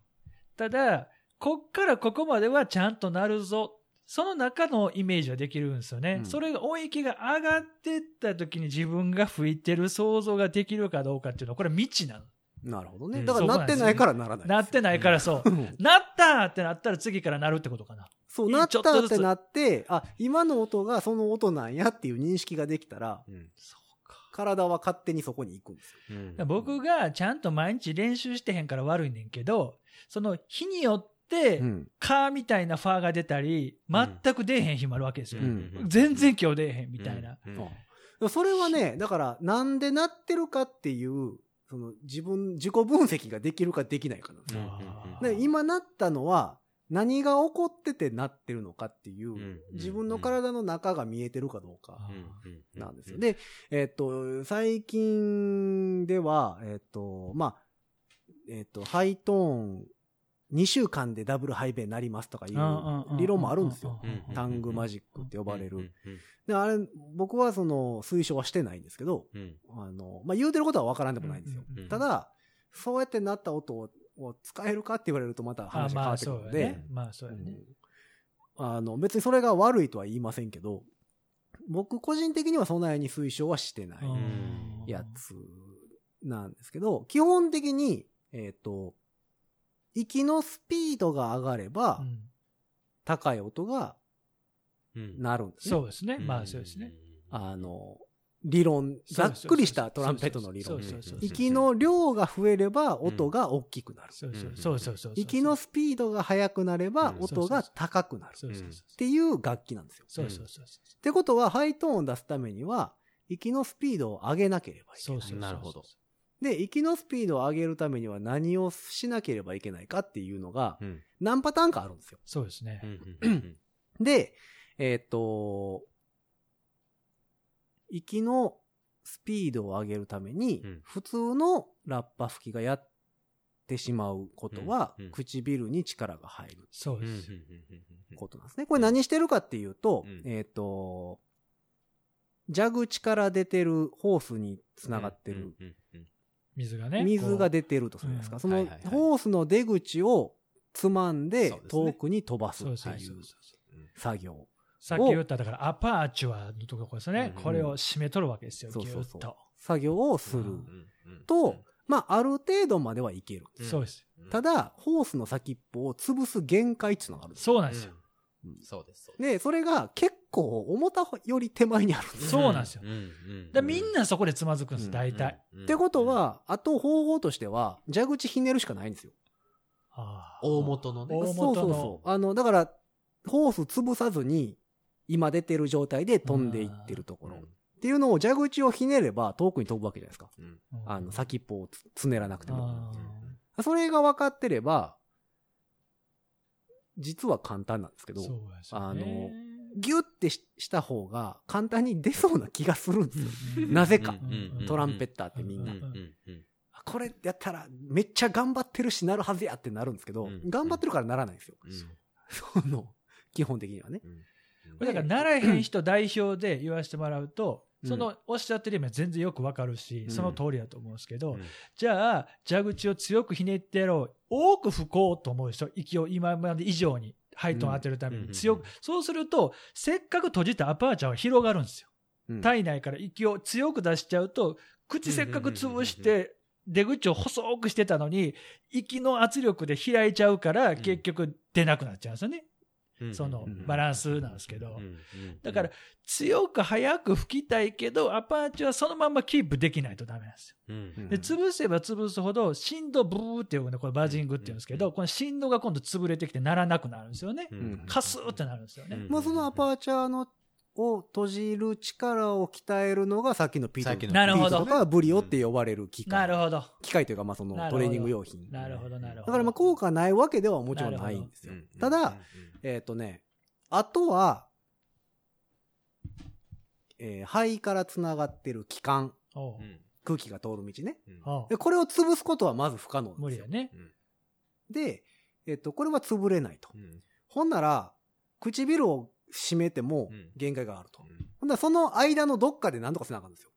Speaker 4: ただ、こっからここまではちゃんとなるぞ。その中のイメージはできるんですよね。
Speaker 2: うん
Speaker 4: それが音域が上がってった時に自分が吹いてる想像ができるかどうかっていうのは、これ未知なの。
Speaker 2: なるほどね。
Speaker 3: うん
Speaker 2: だから鳴ってないから鳴らない。
Speaker 4: なってないからそう。
Speaker 2: うん
Speaker 4: なったってなったら次からなるってことかな。
Speaker 2: そう、鳴っ
Speaker 4: ちょったと
Speaker 2: っ
Speaker 4: ずつ
Speaker 2: てなって、あ、今の音がその音なんやっていう認識ができたら、
Speaker 3: うん
Speaker 4: そうか。
Speaker 2: 体は勝手にそこに行くんですよ。
Speaker 3: うん
Speaker 4: 僕がちゃんと毎日練習してへんから悪いねんけど、その日によって、カーみたいなファーが出たり、
Speaker 3: うん
Speaker 4: 全く出えへん日もあるわけですよ。
Speaker 2: うん
Speaker 4: 全然今日出えへんみたいな。。
Speaker 3: うん
Speaker 2: あでもそれはね、だから、なんでなってるかっていう、その自分、自己分析ができるかできないかなんです
Speaker 3: う
Speaker 2: よ
Speaker 3: ん
Speaker 4: あー
Speaker 2: で今なったのは、何が起こっててなってるのかっていう、
Speaker 3: ん
Speaker 2: 自分の体の中が見えてるかどう
Speaker 4: あ
Speaker 2: か
Speaker 4: ー
Speaker 2: なんですよ。、で、えっと、最近では、えっと、まあ、えっと、ハイトーン、2週間でダブルハイベになりますとかい
Speaker 4: うんうんうんうん
Speaker 2: う理論もあるんですよ。
Speaker 4: うんうんうん
Speaker 2: タングマジックって呼ばれる。
Speaker 3: うん
Speaker 2: で、あれ、僕はその、推奨はしてないんですけど、
Speaker 3: うんうん
Speaker 2: あの、まあ、言うてることはわからんでもないんですよ。
Speaker 4: うんうんうん
Speaker 2: ただ、そうやってなった音をを使えるかって言われるとまた
Speaker 4: あ
Speaker 2: 話が変
Speaker 4: ま
Speaker 2: わ
Speaker 4: あ
Speaker 2: ってく
Speaker 4: そ
Speaker 2: る
Speaker 4: う
Speaker 2: の
Speaker 4: や
Speaker 2: で、
Speaker 4: ね。まあそうやね。
Speaker 2: うんあの、別にそれが悪いとは言いませんけど、僕個人的にはそんなに推奨はしてな
Speaker 4: う
Speaker 2: い
Speaker 4: ん
Speaker 2: やつなんですけど、基本的に、えっ、と、息のスピードが上がれば
Speaker 4: う、ん
Speaker 2: 高い音が
Speaker 3: うん
Speaker 2: 鳴るんですね。
Speaker 4: そうですね。まあそうですね。。
Speaker 2: あの、理論、ざっくりしたトランペットの理
Speaker 4: そ
Speaker 2: 論
Speaker 4: う。そうそうそう。
Speaker 2: 息の量が増えれば音が大きくなる。
Speaker 4: そうそうそうそうそう。
Speaker 2: 息のスピードが速くなれば
Speaker 3: うん
Speaker 2: 音が高くなる。っ
Speaker 4: そうそうそう。
Speaker 2: ていう楽器なんですよ。っ
Speaker 4: そうそうそう。
Speaker 2: てことは、ハイトーンを出すためには、息のスピードを上げなければいけ
Speaker 4: そ
Speaker 2: な
Speaker 4: う
Speaker 2: い。
Speaker 4: そうそう。
Speaker 3: なるほど
Speaker 2: で、息のスピードを上げるためには何をしなければいけないかっていうのが、
Speaker 3: うん
Speaker 2: 何パターンかあるんですよ。
Speaker 4: そうですね
Speaker 3: う。んうん
Speaker 2: で、えーっと、息のスピードを上げるために
Speaker 3: うん、
Speaker 2: 普通のラッパ吹きがやってしまうことは
Speaker 3: うんうん、
Speaker 2: 唇に力が入る
Speaker 4: そう
Speaker 3: うんうん
Speaker 4: で
Speaker 3: うん
Speaker 4: す。
Speaker 3: うん
Speaker 2: ことなんですね。これ何してるかっていうと
Speaker 3: うん、
Speaker 2: えっと、蛇口から出てるホースにつながってる。
Speaker 3: うんうん
Speaker 4: 水がね。
Speaker 2: 水が
Speaker 4: 出
Speaker 2: 出てるとするじゃないです
Speaker 4: う
Speaker 2: か。
Speaker 4: ん
Speaker 2: そ
Speaker 3: は
Speaker 2: の
Speaker 3: いはいはい
Speaker 2: ホースの出口をつまんで
Speaker 3: そうですね
Speaker 2: 遠くに飛ばす
Speaker 4: そう
Speaker 2: って
Speaker 4: そう
Speaker 2: い
Speaker 4: そう
Speaker 2: う
Speaker 3: うんうん
Speaker 2: 作業。
Speaker 4: さっき言った、だからアパーチュアのところですね
Speaker 3: う。ん
Speaker 4: これを締めとるわけですよ、ぎ
Speaker 2: そう
Speaker 4: ゅ
Speaker 2: そう
Speaker 4: っ
Speaker 2: そう
Speaker 4: と。
Speaker 2: 作業をする
Speaker 4: う。
Speaker 3: うんうん
Speaker 2: とまあ、ある程度まではいける。
Speaker 3: うん
Speaker 4: そうです。
Speaker 3: うん
Speaker 2: ただ、ホースの先っぽを潰す限界っていうのがあるんですよ。
Speaker 4: そうなんですよ。
Speaker 3: うんそうですそうです
Speaker 2: で、それが結構重たより手前にあるんですよ。
Speaker 4: そうなんですよ
Speaker 3: ううん
Speaker 4: で、みんなそこでつまずくんで
Speaker 2: う
Speaker 4: す、
Speaker 2: ん
Speaker 4: 大体。
Speaker 3: うん
Speaker 2: ってことは、あと方法としては、蛇口ひねるしかないんですよ。
Speaker 4: あー
Speaker 3: 大元のね
Speaker 4: 大
Speaker 2: そう
Speaker 4: 元
Speaker 2: そう
Speaker 4: の
Speaker 2: そう。あの、だから、ホース潰さずに、今出てる状態で飛んでいってるところ。っていうのを蛇口をひねれば遠くに飛ぶわけじゃないですか。
Speaker 3: うん
Speaker 4: うん
Speaker 2: あの、先っぽをつつねらなくても。
Speaker 4: あ
Speaker 2: それが分かってれば、実は簡単なんですけ
Speaker 4: ー
Speaker 2: ど、
Speaker 4: そうですよ
Speaker 2: あの
Speaker 4: ね。
Speaker 2: ギュッてしした方が簡単に出そうな気がするんですよ。なぜか、
Speaker 4: うん
Speaker 2: トランペッターってみ
Speaker 3: うんんう
Speaker 2: な。
Speaker 3: んうん
Speaker 2: あこれやったらめっちゃ頑張ってるしなるはずやってなるんですけど、
Speaker 3: うん
Speaker 2: 頑張ってるからならないんですよ。
Speaker 3: うん
Speaker 2: その、基本的にはね。
Speaker 4: これだから、ならへん人代表で言わせてもらうと、
Speaker 2: うん
Speaker 4: そのおっしゃってる意味は全然よくわかるし、
Speaker 2: うん
Speaker 4: その通りだと思うんですけど、
Speaker 3: うん
Speaker 4: じゃあ、蛇口を強くひねってやろう。多く吹こうと思うでしょ息を今まで以上に、ハイトンを当てるため
Speaker 3: うん
Speaker 4: に強く。
Speaker 3: うん
Speaker 4: そうすると、せっかく閉じたアパーチャーは広がるんですよ。
Speaker 2: うん
Speaker 4: 体内から息を強く出しちゃうと、口せっかく潰し
Speaker 3: うんう
Speaker 4: て、出口を細くしてたのに、息の圧力で開いちゃうから、
Speaker 3: ん
Speaker 4: 結局出なくなっちゃうんですよね。
Speaker 3: うん
Speaker 4: その
Speaker 2: うん
Speaker 4: バランスなんですけ
Speaker 3: う
Speaker 4: ど
Speaker 3: んう。ん
Speaker 4: だから、強く早く吹きたいけど、アパーチはそのままキープできないとダメなんですよ。
Speaker 3: うん
Speaker 2: うん
Speaker 4: で、潰せば潰すほど、振動ブーっていうの、これバージングって言うんですけ
Speaker 3: う
Speaker 4: ど、
Speaker 3: ん
Speaker 4: この振動が今度潰れてきてならなくなるんですよね。
Speaker 2: うん
Speaker 4: カスーってなるんですよね。
Speaker 2: もうそのアパーチャーのを閉じる力を鍛えるのがさっきのピート
Speaker 3: さっきの
Speaker 4: なるほど
Speaker 2: ピートとかブリオって呼ばれる機
Speaker 4: な
Speaker 2: 械。
Speaker 4: るほど。
Speaker 2: 機械というか、まあその
Speaker 4: なるほ
Speaker 2: ト
Speaker 4: ど
Speaker 2: レーニング用品。
Speaker 4: なるほど、なるほど。
Speaker 2: だからまあ効果ないわけではもちろんないんですよ。ただ、えっ、とね、あとは、えー肺からつながってる気管、
Speaker 4: おう
Speaker 2: 空気が通る道ね。
Speaker 4: おう
Speaker 2: でこれを潰すことはまず不可能なん
Speaker 4: 無
Speaker 2: で
Speaker 4: 理
Speaker 2: すよ
Speaker 4: や。ね。
Speaker 2: で、えっ、と、これは潰れないと。ほんなら、唇を閉めても
Speaker 3: うん
Speaker 2: 限界があると。ほんならその間のどっかで何とかせなあかんですよ。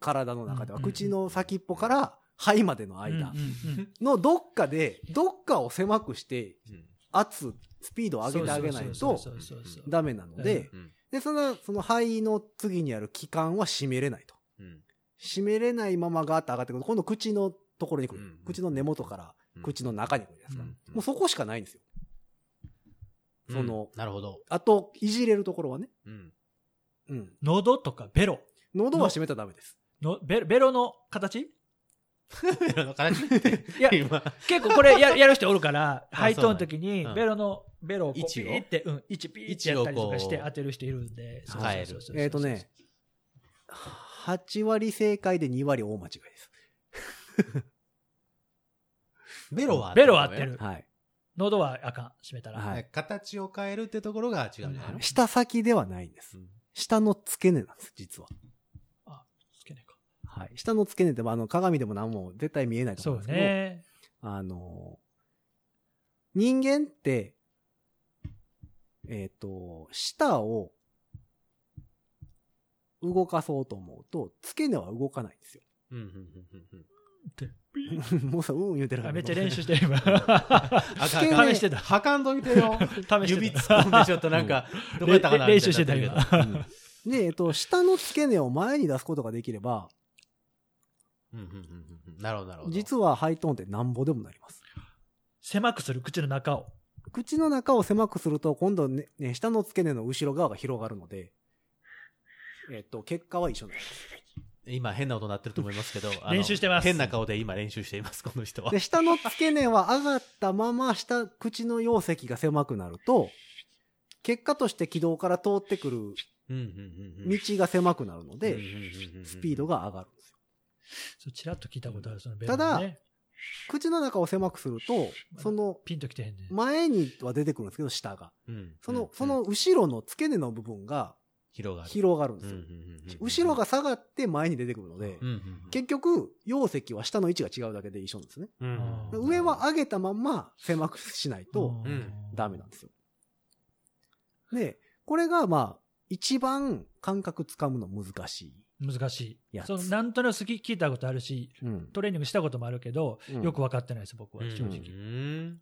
Speaker 2: 体の中では。
Speaker 4: うんうんうん
Speaker 2: 口の先っぽから肺までの間
Speaker 4: うんうんうん
Speaker 2: のどっかで、どっかを狭くして、圧、スピードを上げてあげないと
Speaker 4: そうそうそうそう
Speaker 2: ダメなので、で、その、その肺の次にある気管は閉めれないと。閉めれないままガーッと上がってくると、今度口のところに来る
Speaker 3: うん。
Speaker 2: 口の根元から口の中に来るじゃないですか。
Speaker 4: うん
Speaker 2: もうそこしかないんですよ。その
Speaker 3: なるほど。
Speaker 2: あと、いじれるところはね。
Speaker 3: うん
Speaker 2: うん。
Speaker 4: 喉とかベロ。
Speaker 2: 喉は閉めたらダメです。
Speaker 4: のベロベロの形
Speaker 3: ベロの形って
Speaker 4: いや、
Speaker 3: 今
Speaker 4: 結構これややる人おるから、
Speaker 3: あ
Speaker 4: ハイトーンの時
Speaker 3: そ
Speaker 4: に
Speaker 3: うなんやうん
Speaker 4: ベロの、ベロをこう
Speaker 3: 位置
Speaker 4: ピ
Speaker 3: を
Speaker 4: ーって、うん、位置ピーってやったりとかして当てる人いるんで、そうそうそうそう
Speaker 2: えっ、とね。、8割正解で2割大間違いです。
Speaker 3: ベロは
Speaker 4: ベロは合ってる。
Speaker 2: はい。
Speaker 4: 喉はあかん、閉めたら。
Speaker 2: はい
Speaker 3: 形を変えるってところが違うんじゃないの
Speaker 2: 下先ではないんです。下の付け根なんです、実は。
Speaker 4: つけねえか
Speaker 2: はい。下の付け根って、まああの、鏡でも何も絶対見えないと
Speaker 4: そ
Speaker 2: 思うん
Speaker 4: う
Speaker 2: ですけど、
Speaker 4: ね。
Speaker 2: あのー人間って、えっ、と、舌を動かそうと思うと、付け根は動かないんですよ。 もうさ、うん言うてるか
Speaker 4: あ
Speaker 2: ら
Speaker 4: めっちゃ練習してる今。
Speaker 3: 赤
Speaker 2: 付け
Speaker 4: 根
Speaker 3: 試してた。はかんどいてよ。
Speaker 4: 試
Speaker 3: 指
Speaker 4: して
Speaker 3: 突
Speaker 4: た
Speaker 3: っ込んでちょっとなんか、どこやったかな
Speaker 4: れ練習してた
Speaker 3: みい
Speaker 4: 今
Speaker 3: な。
Speaker 2: うんで、えっと、下の付け根を前に出すことができれば、
Speaker 3: うんうんうんうんなるほど、なるほど。
Speaker 2: 実はハイトーンってなんぼでもなります。
Speaker 4: 狭くする口の中を。
Speaker 2: 口の中を狭くすると、今度ね、ね下の付け根の後ろ側が広がるので、えっと、結果は一緒なんです。
Speaker 3: 今変な音鳴ってると思いますけど、あの
Speaker 4: 練習してます
Speaker 3: 変な顔で今練習しています、この人は
Speaker 2: で、。下の付け根は上がったまま、下、口の容積が狭くなると、結果として軌道から通ってくる
Speaker 3: うんうんうんう
Speaker 2: 道
Speaker 3: ん
Speaker 2: が狭くなるので
Speaker 3: うんうん、うんうんうん
Speaker 2: スピードが上がるんですよ。
Speaker 4: そうちらっと聞いたことある、そのベロ、ね。
Speaker 2: ただ、口の中を狭くすると、その、
Speaker 4: ピンときてへんね。
Speaker 2: 前には出てくるんですけど、下が。
Speaker 3: うん
Speaker 2: その、その、後ろの付け根の部分が
Speaker 3: 広がる。
Speaker 2: 広がるんですよ。後ろ
Speaker 3: が、
Speaker 2: が下がって前に出てくるので
Speaker 3: う、んうんうん
Speaker 2: 結局、容積は下の位置が違うだけで一緒なんですね。
Speaker 3: うん
Speaker 4: うん
Speaker 2: 上は上げたまんま狭くしないと
Speaker 3: うん
Speaker 2: ダメなんですよ。で、これがまあ、一番感覚つかむの難しい。
Speaker 4: 難しい
Speaker 2: や。つ
Speaker 4: そのなんとなく好き聞いたことあるし、
Speaker 2: うん。
Speaker 4: トレーニングしたこともあるけど、
Speaker 2: うん
Speaker 4: よく分かってないです、僕は、正
Speaker 3: うん
Speaker 4: 直。
Speaker 3: うん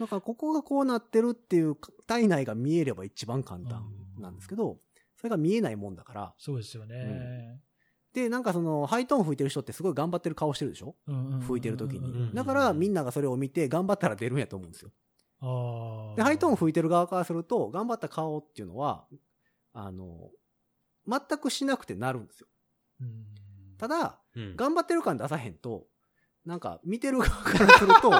Speaker 2: だからここがこうなってるっていう体内が見えれば一番簡単なんですけど、それが見えないもんだから。
Speaker 4: そうですよね。
Speaker 2: で、なんかその、ハイトーン吹いてる人ってすごい頑張ってる顔してるでしょ
Speaker 4: うんうんうん
Speaker 2: 吹いてる時
Speaker 4: うんうん
Speaker 2: に。
Speaker 4: うん
Speaker 2: だからみんながそれを見て頑張ったら出るんやと思うんですよ。
Speaker 4: あ
Speaker 2: で、ハイトーン
Speaker 4: い
Speaker 2: 吹いてる側からすると、頑張った顔っていうのは、あの、全くしなくてなるんですよ。ただ、
Speaker 3: うん
Speaker 2: 頑張ってる感出さへんと、なんか、見てる側からすると、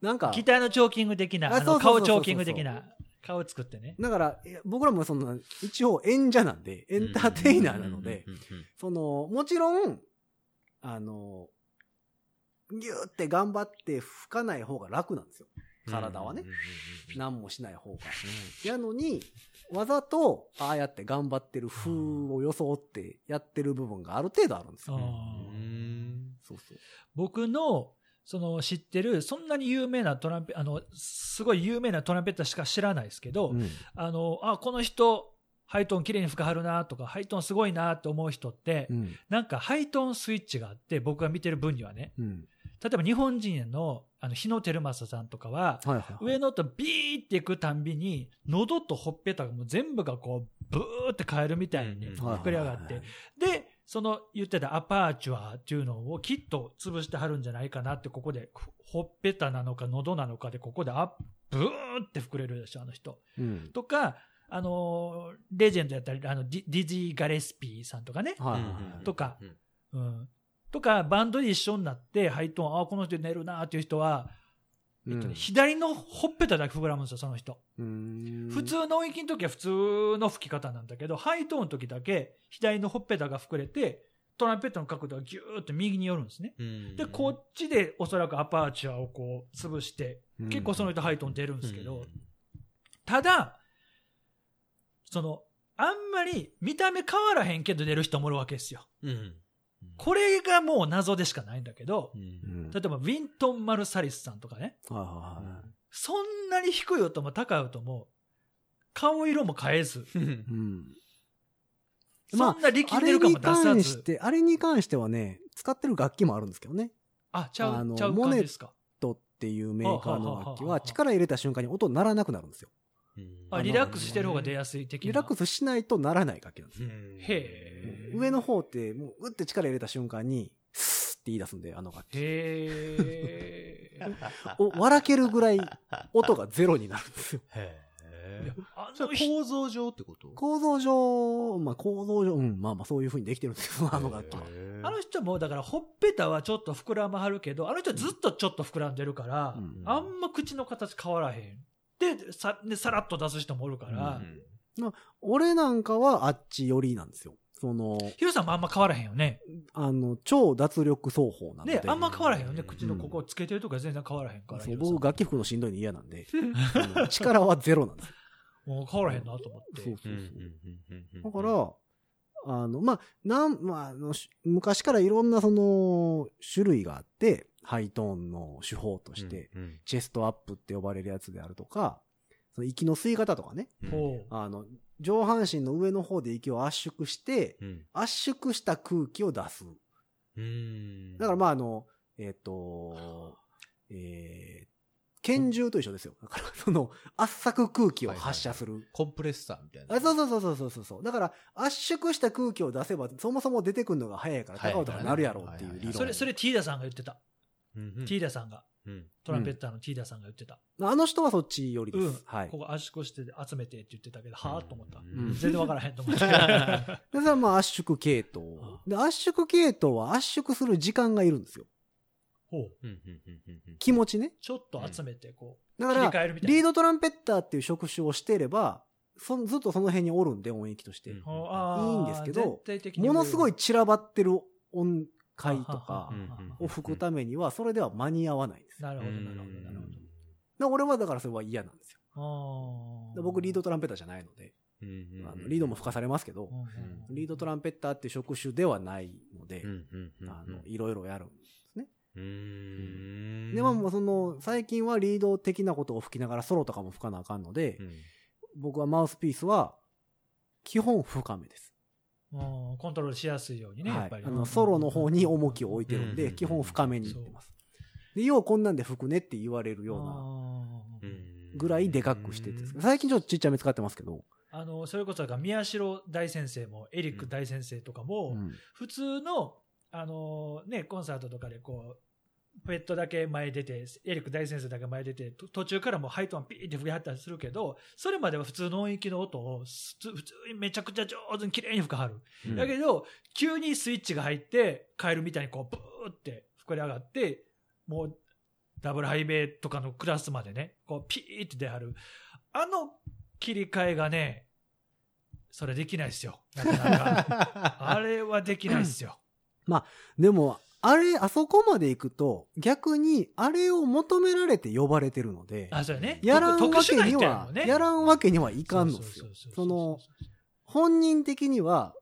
Speaker 2: なんか、
Speaker 4: ギターのチョーキング的な、
Speaker 2: あ
Speaker 4: あ
Speaker 2: そ
Speaker 4: の
Speaker 2: うそうそうそう
Speaker 4: 顔チョーキング的な、顔作ってね。
Speaker 2: だから、いや僕らもその、一応演者なんで、エンターテイナーなので、
Speaker 3: うんうんうんうん
Speaker 2: その、もちろん、あの、ギューって頑張って吹かない方が楽なんですよ。体はね
Speaker 3: うんうんうんうん
Speaker 2: 何もしない方が。やのに、わざと、ああやって頑張ってる風を装ってやってる部分がある程度あるんですよ。
Speaker 4: あー
Speaker 3: うん
Speaker 2: そうそう。
Speaker 4: 僕の、その知ってる、そんなに有名なトランペ、あの、すごい有名なトランペッターしか知らないですけど、
Speaker 2: うん
Speaker 4: あの、あ、この人、ハイトーン綺麗に吹かはるなとか、ハイトーンすごいなと思う人って、
Speaker 2: うん。
Speaker 4: なんかハイトーンスイッチがあって、僕が見てる分にはね、
Speaker 2: うん。
Speaker 4: 例えば日本人の、あの、日野照正さんとかは、
Speaker 2: はいはいはい。
Speaker 4: 上の音ビーっていくたんびに、喉とほっぺたがもう全部がこう、ブーって変えるみたいに
Speaker 3: うん
Speaker 4: 膨れ上がっ
Speaker 2: はい
Speaker 4: て。で、その言ってたアパーチュアっていうのをきっと潰してはるんじゃないかなって、ここで、ほっぺたなのか喉なのかで、ここであブーって膨れるでしょ、あの人。
Speaker 2: うん。
Speaker 4: とか、あのー、レジェンドやったり、あの、ディディジー・ガレスピーさんとかね。
Speaker 2: はい
Speaker 3: うん
Speaker 2: は
Speaker 3: う
Speaker 2: い
Speaker 3: んうん
Speaker 2: はい。
Speaker 4: とか
Speaker 3: うん
Speaker 4: うん。とか、バンドで一緒になって、ハイトーン、ああ、この人寝るなーっていう人は、えっとね、左のほっぺただけ膨らむんですよ、その人。
Speaker 2: うん
Speaker 4: 普。通の音域の時は普通の吹き方なんだけど、ハイトーンの時だけ左のほっぺたが膨れて、トランペットの角度がギューッと右に寄るんですね。
Speaker 3: うん
Speaker 4: で、こっちでおそらくアパーチュアをこう潰して、
Speaker 2: うん
Speaker 4: 結構その人ハイトーン出るん
Speaker 3: う
Speaker 4: ですけ
Speaker 3: ん
Speaker 4: ど、ただ、その、あんまり見た目変わらへんけど出る人もおるわけですよ。
Speaker 3: うん
Speaker 4: これがもう謎でしかないんだけど
Speaker 3: う、
Speaker 2: うんん。
Speaker 4: 例えばウィントン・マルサリスさんとかね、
Speaker 2: はいはいは
Speaker 4: そんなに低い音も高い音も、顔色も変えず、
Speaker 2: い。うん。ま
Speaker 4: そんな
Speaker 2: あ
Speaker 4: 力んで
Speaker 2: れ
Speaker 4: る感
Speaker 2: に
Speaker 4: も出さ
Speaker 2: 関し
Speaker 4: ず。
Speaker 2: て、あれに関してはね、使ってる楽器もあるんですけどね。
Speaker 4: あ、ちゃ
Speaker 2: あ
Speaker 4: う、
Speaker 2: の
Speaker 4: ちゃう
Speaker 2: モ
Speaker 4: 感
Speaker 2: ネ
Speaker 4: じですか。
Speaker 2: ドっていうメーカーの楽器
Speaker 4: はあはあはあは
Speaker 2: は
Speaker 4: あ
Speaker 2: 力入れた瞬間に音鳴らなくなるんですよ。
Speaker 4: あ、
Speaker 2: の
Speaker 4: リラックスしてる方が出
Speaker 3: や
Speaker 4: やすい的な。
Speaker 2: リラックスしないと鳴らない楽器なんです
Speaker 3: す
Speaker 2: よ。
Speaker 3: い
Speaker 4: へうん
Speaker 2: 上の方って、もう、うって力入れた瞬間に、スーって言い出すんで、あの楽器。
Speaker 4: へ え。
Speaker 2: お、笑けるぐらい、音がゼロになるんです よ。
Speaker 3: へ
Speaker 4: いや
Speaker 3: え。
Speaker 4: あ
Speaker 3: そ
Speaker 4: の
Speaker 3: れ
Speaker 4: 人
Speaker 3: 構造上ってこと
Speaker 2: 構造上、まあ構造上、うん、まあまあそういう風にできてるんですけど、あの楽器は。
Speaker 3: へえ
Speaker 4: あの人も、だから、ほっぺたはちょっと膨らまはるけど、あの人はずっとちょっと膨らんでるから、
Speaker 2: うん
Speaker 4: あんま口の形変わらへん。で、さ、でさらっと出す人もおるから、
Speaker 3: うん
Speaker 2: 俺なんかはあっち寄りなんですよ。その、
Speaker 4: ヒロさんもあんま変わらへんよね。
Speaker 2: あの、超脱力奏法なので。
Speaker 4: ね、あんま変わらへんよね。
Speaker 3: うん
Speaker 4: 口のここつけてるとか全然変わらへんから。
Speaker 2: そう
Speaker 4: ヒロさん
Speaker 2: 僕楽器吹くのしんどいの嫌なん で、あの力はゼロなんですよ。
Speaker 4: もう変わらへんなと思って。
Speaker 2: そうそううん
Speaker 3: う
Speaker 2: そ
Speaker 3: ん
Speaker 2: う。
Speaker 3: うんうん
Speaker 2: だから、あの、まあ、なん、まあ、あの、し昔からいろんなその、種類があって、ハイトーンの手法として、、
Speaker 3: うんうん
Speaker 2: チェストアップって呼ばれるやつであるとか、その息の吸い方とかね、
Speaker 3: うん
Speaker 4: ほう。
Speaker 2: あの、上半身の上の方で息を圧縮して、
Speaker 3: うん
Speaker 2: 圧縮した空気を出す。
Speaker 3: うん
Speaker 2: だからまあ、あの、えっ、と、えー、拳銃と一緒ですよ。だから、その、圧搾空気を発射する。
Speaker 3: コンプレッサーみたいな。
Speaker 2: あそうそうそうそうそうそう。だから、圧縮した空気を出せば、そもそも出てくるのが早いから、
Speaker 3: はい
Speaker 2: 高音がなるやろうっていう理論。
Speaker 4: それ、それティーダさんが言ってた。
Speaker 3: うんうん
Speaker 4: ティーダさんが。
Speaker 3: うん
Speaker 4: トランペッターのティーダさんが言ってた。
Speaker 2: あの人はそっちよりで
Speaker 4: うん。
Speaker 2: す。はい。
Speaker 4: ここ圧縮して集めてって言ってたけど、はぁと思った
Speaker 3: う。
Speaker 2: うん
Speaker 3: ん
Speaker 4: 全然わからへんと思っ て。
Speaker 2: で、それはまあ圧縮系統。で、圧縮系統は圧縮する時間がいるんですよ。
Speaker 4: ほう。
Speaker 3: うんうんうんうんうん
Speaker 2: 気持ちね。
Speaker 4: ちょっと集めて、こ
Speaker 2: だか
Speaker 4: う、切り
Speaker 2: ら、
Speaker 4: 替えるみたいな。
Speaker 2: リードトランペッターっていう職種をしていれば、そんずっとその辺におるんで、音域として。
Speaker 3: うん
Speaker 4: ほうあー
Speaker 2: いいんですけど
Speaker 4: 全体的に
Speaker 2: ものすごい散らばってる音階とか
Speaker 4: うんうん
Speaker 2: を吹くためには、それでは間に合わないんですよ。
Speaker 4: なるほど、
Speaker 3: うん
Speaker 4: なるほど、なる
Speaker 2: だから俺はだからそれは嫌なんですよ。
Speaker 4: ほど。あー
Speaker 2: 僕、リードトランペッターじゃないので。
Speaker 3: うんうんうん
Speaker 2: あのリードも吹かされますけど、
Speaker 3: ん
Speaker 2: リードトランペッターっていう職種ではないので、
Speaker 3: うんうんうんうん
Speaker 2: あの、いろいろやるんですね。
Speaker 3: うーん
Speaker 2: で、まあ、もうその、最近はリード的なことを吹きながらソロとかも吹かなあかんので、
Speaker 3: うん
Speaker 2: 僕はマウスピースは、基本深めです。
Speaker 4: うんコントロールしやすいようにね、や
Speaker 2: は
Speaker 4: っ
Speaker 2: い。
Speaker 4: ぱり。
Speaker 2: あの、ソロの方に重きを置いてるん
Speaker 3: うんうんう
Speaker 2: で、
Speaker 3: ん
Speaker 2: 基本深めにいってます。で、ようこんなんで吹くねって言われるような
Speaker 4: あー
Speaker 3: うん
Speaker 2: ぐらいでかくしてです
Speaker 3: う
Speaker 2: ね
Speaker 3: ん
Speaker 2: 最近ちょっとちっちゃめ使ってますけど、
Speaker 4: あの、それこそ、宮代大先生も、エリック大先生とかも、
Speaker 2: うん
Speaker 4: 普通の、あのね、コンサートとかでこう、ペットだけ前出て、エリック大先生だけ前出て、と途中からもうハイトーンピーって吹きはったりするけど、それまでは普通の音域の音をす普通にめちゃくちゃ上手に綺麗に吹かはる。
Speaker 3: うん
Speaker 4: だけど、急にスイッチが入って、カエルみたいにこう、ブーって膨れ上がって、もう、ダブルハイベーとかのクラスまでね、こう、ピーって出はる。あの切り替えがね、それできないですよ。なかなか。 あれはできないですよ。
Speaker 2: でも、あれ、あそこまで行くと、逆に、あれを求められて呼ばれてるので、
Speaker 4: あ、そうやね。
Speaker 2: やらん
Speaker 4: 特
Speaker 2: わ
Speaker 4: 特
Speaker 2: け
Speaker 4: 殊な
Speaker 2: に
Speaker 4: 人
Speaker 2: は
Speaker 4: も、んね。
Speaker 2: やらんわけにはい
Speaker 4: い
Speaker 2: かんのですよ。その、、本人的には、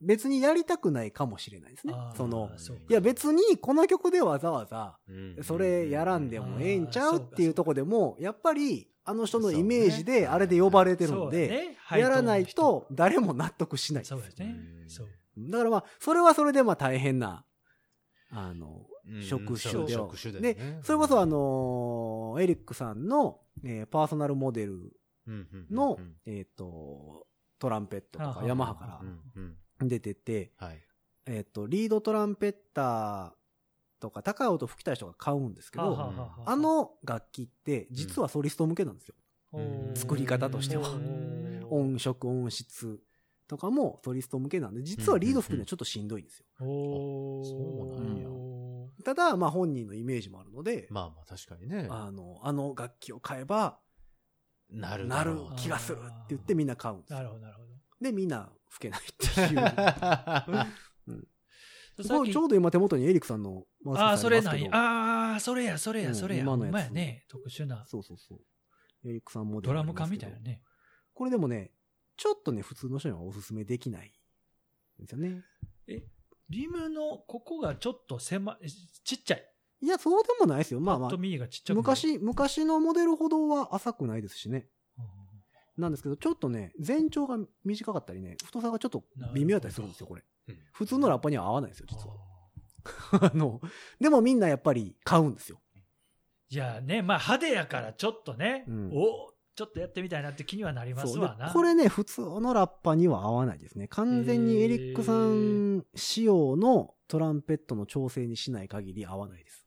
Speaker 2: 別にやりたくないかもしれないですね
Speaker 4: あ。ー
Speaker 2: その、
Speaker 4: そうか
Speaker 2: いや別にこの曲でわざわざ、
Speaker 3: うん
Speaker 2: それやらんでもええんちゃ
Speaker 4: あー
Speaker 2: う
Speaker 4: そう
Speaker 2: っ
Speaker 4: か
Speaker 2: ていうとこでも、やっぱり、あの人のイメージであれで呼ばれてるんで、
Speaker 4: そう
Speaker 2: やらない、
Speaker 4: ハイ
Speaker 2: と誰も納得しない
Speaker 4: トーンの人そうですね。そう。
Speaker 2: だからまあ、それはそれでまあ大変な、あの、
Speaker 3: うん
Speaker 2: 職種
Speaker 3: そう
Speaker 2: では
Speaker 3: 職種だ
Speaker 2: で
Speaker 3: よね
Speaker 2: それこそあのーエリックさんの、えーパーソナルモデル
Speaker 3: うんうんうん
Speaker 2: の、
Speaker 3: うん
Speaker 2: えっ、と、トランペット
Speaker 4: は
Speaker 2: と
Speaker 4: あは
Speaker 2: か
Speaker 4: あ
Speaker 2: ヤマハか
Speaker 3: うんうん
Speaker 2: ら出てて、
Speaker 3: はい
Speaker 2: えっ、と、リードトランペッターとか高い音吹きたい人が買うんですけ
Speaker 4: はあ
Speaker 2: ど、
Speaker 4: はあはあはあ
Speaker 2: あ、の楽器って実はソリスト向けなんですよ。
Speaker 4: おー
Speaker 2: 作り方としては
Speaker 4: おー
Speaker 2: 音色、音質とかもソリスト向けなんで、実はリード吹くのはちょっとしんどいんですよ。
Speaker 4: おー
Speaker 3: そうなんや
Speaker 2: ただ、まあ本人のイメージもあるので、
Speaker 3: まあまあ確かにね。
Speaker 2: あの、あの楽器を買えば、
Speaker 3: なる
Speaker 2: な
Speaker 3: だろ
Speaker 2: る
Speaker 3: う
Speaker 2: 気がするって言ってみんな買うんです
Speaker 4: な
Speaker 2: よ。
Speaker 4: るほど、なるほど。
Speaker 2: で、みんな吹けないっ ていう。
Speaker 4: さっ
Speaker 2: こ
Speaker 4: き
Speaker 2: れちょうど今手元にエリックさんのマウスピース
Speaker 4: ああ、それ
Speaker 2: ります
Speaker 4: なん
Speaker 2: け
Speaker 4: や。
Speaker 2: ど
Speaker 4: ああ、それや、それ
Speaker 2: う
Speaker 4: や、
Speaker 2: ん
Speaker 4: それや。
Speaker 2: 今のやつ
Speaker 4: ほんまやね。特殊な。
Speaker 2: そうそうそう。エリックさんモデ
Speaker 4: ド
Speaker 2: ル
Speaker 4: ラ
Speaker 2: あり
Speaker 4: ム
Speaker 2: ま
Speaker 4: 缶
Speaker 2: すけ
Speaker 4: み
Speaker 2: ど
Speaker 4: たいなね。
Speaker 2: これでもね、ちょっとね、普通の人にはおすすめできないんですよね。
Speaker 4: リムのここがちょっと狭い、ちっちゃい。
Speaker 2: いや、そうでもないですよ。まあま
Speaker 4: パッと
Speaker 2: あ、
Speaker 4: 右がちっちゃくなる。
Speaker 2: 昔、昔のモデルほどは浅くないですしね。
Speaker 4: うん
Speaker 2: なんですけど、ちょっとね、全長が短かったりね、太さがちょっと微妙だったりするんですよ、これ。普通のラッパには合わないですよ、実は。 あの、でもみんなやっぱり買うんですよ。
Speaker 4: いやね、まあ派手やからちょっとね、
Speaker 2: うん
Speaker 4: おちょっとやってみたいなって気にはなりますわ
Speaker 2: で
Speaker 4: な。
Speaker 2: これね、普通のラッパには合わないですね。完全にエリックさん仕様のトランペットの調整にしない限り合わないです。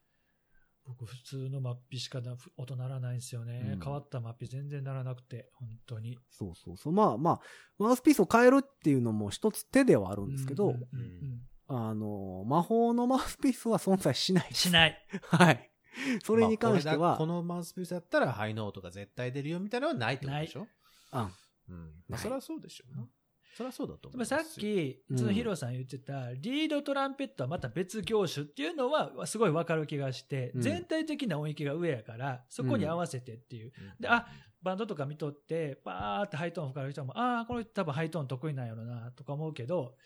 Speaker 4: 僕普通のマッピしかなふ音ならないんですよね、
Speaker 2: うん
Speaker 4: 変わったマッピ全然ならなくて、本当に。
Speaker 2: そうそうそう。まあまあ、マウスピースを変えるっていうのも一つ手ではあるんですけど、
Speaker 4: うんうんうん
Speaker 2: あの、魔法のマウスピースは存在しないです
Speaker 4: しない。
Speaker 2: はい。それに関して
Speaker 3: まあ
Speaker 2: は、
Speaker 3: これだこのマウスピースだったら、ハイノートが絶対出るよみたいなのはないってことでしょ
Speaker 2: あ
Speaker 3: うん。
Speaker 2: な
Speaker 3: ま
Speaker 2: い
Speaker 3: あ、そりゃそうでしょうな。そりゃそうだと思
Speaker 4: で
Speaker 3: う。
Speaker 4: もさっ、き、
Speaker 2: うん
Speaker 4: そのヒロさん言ってた、リードトランペットはまた別業種っていうのは、すごいわかる気がして、
Speaker 2: うん
Speaker 4: 全体的な音域が上やから、そこに合わせてっていう。であ、バンドとか見とって、バーってハイトーン吹かれる人も、ああ、この人多分ハイトーン得意なんやろな、とか思うけど、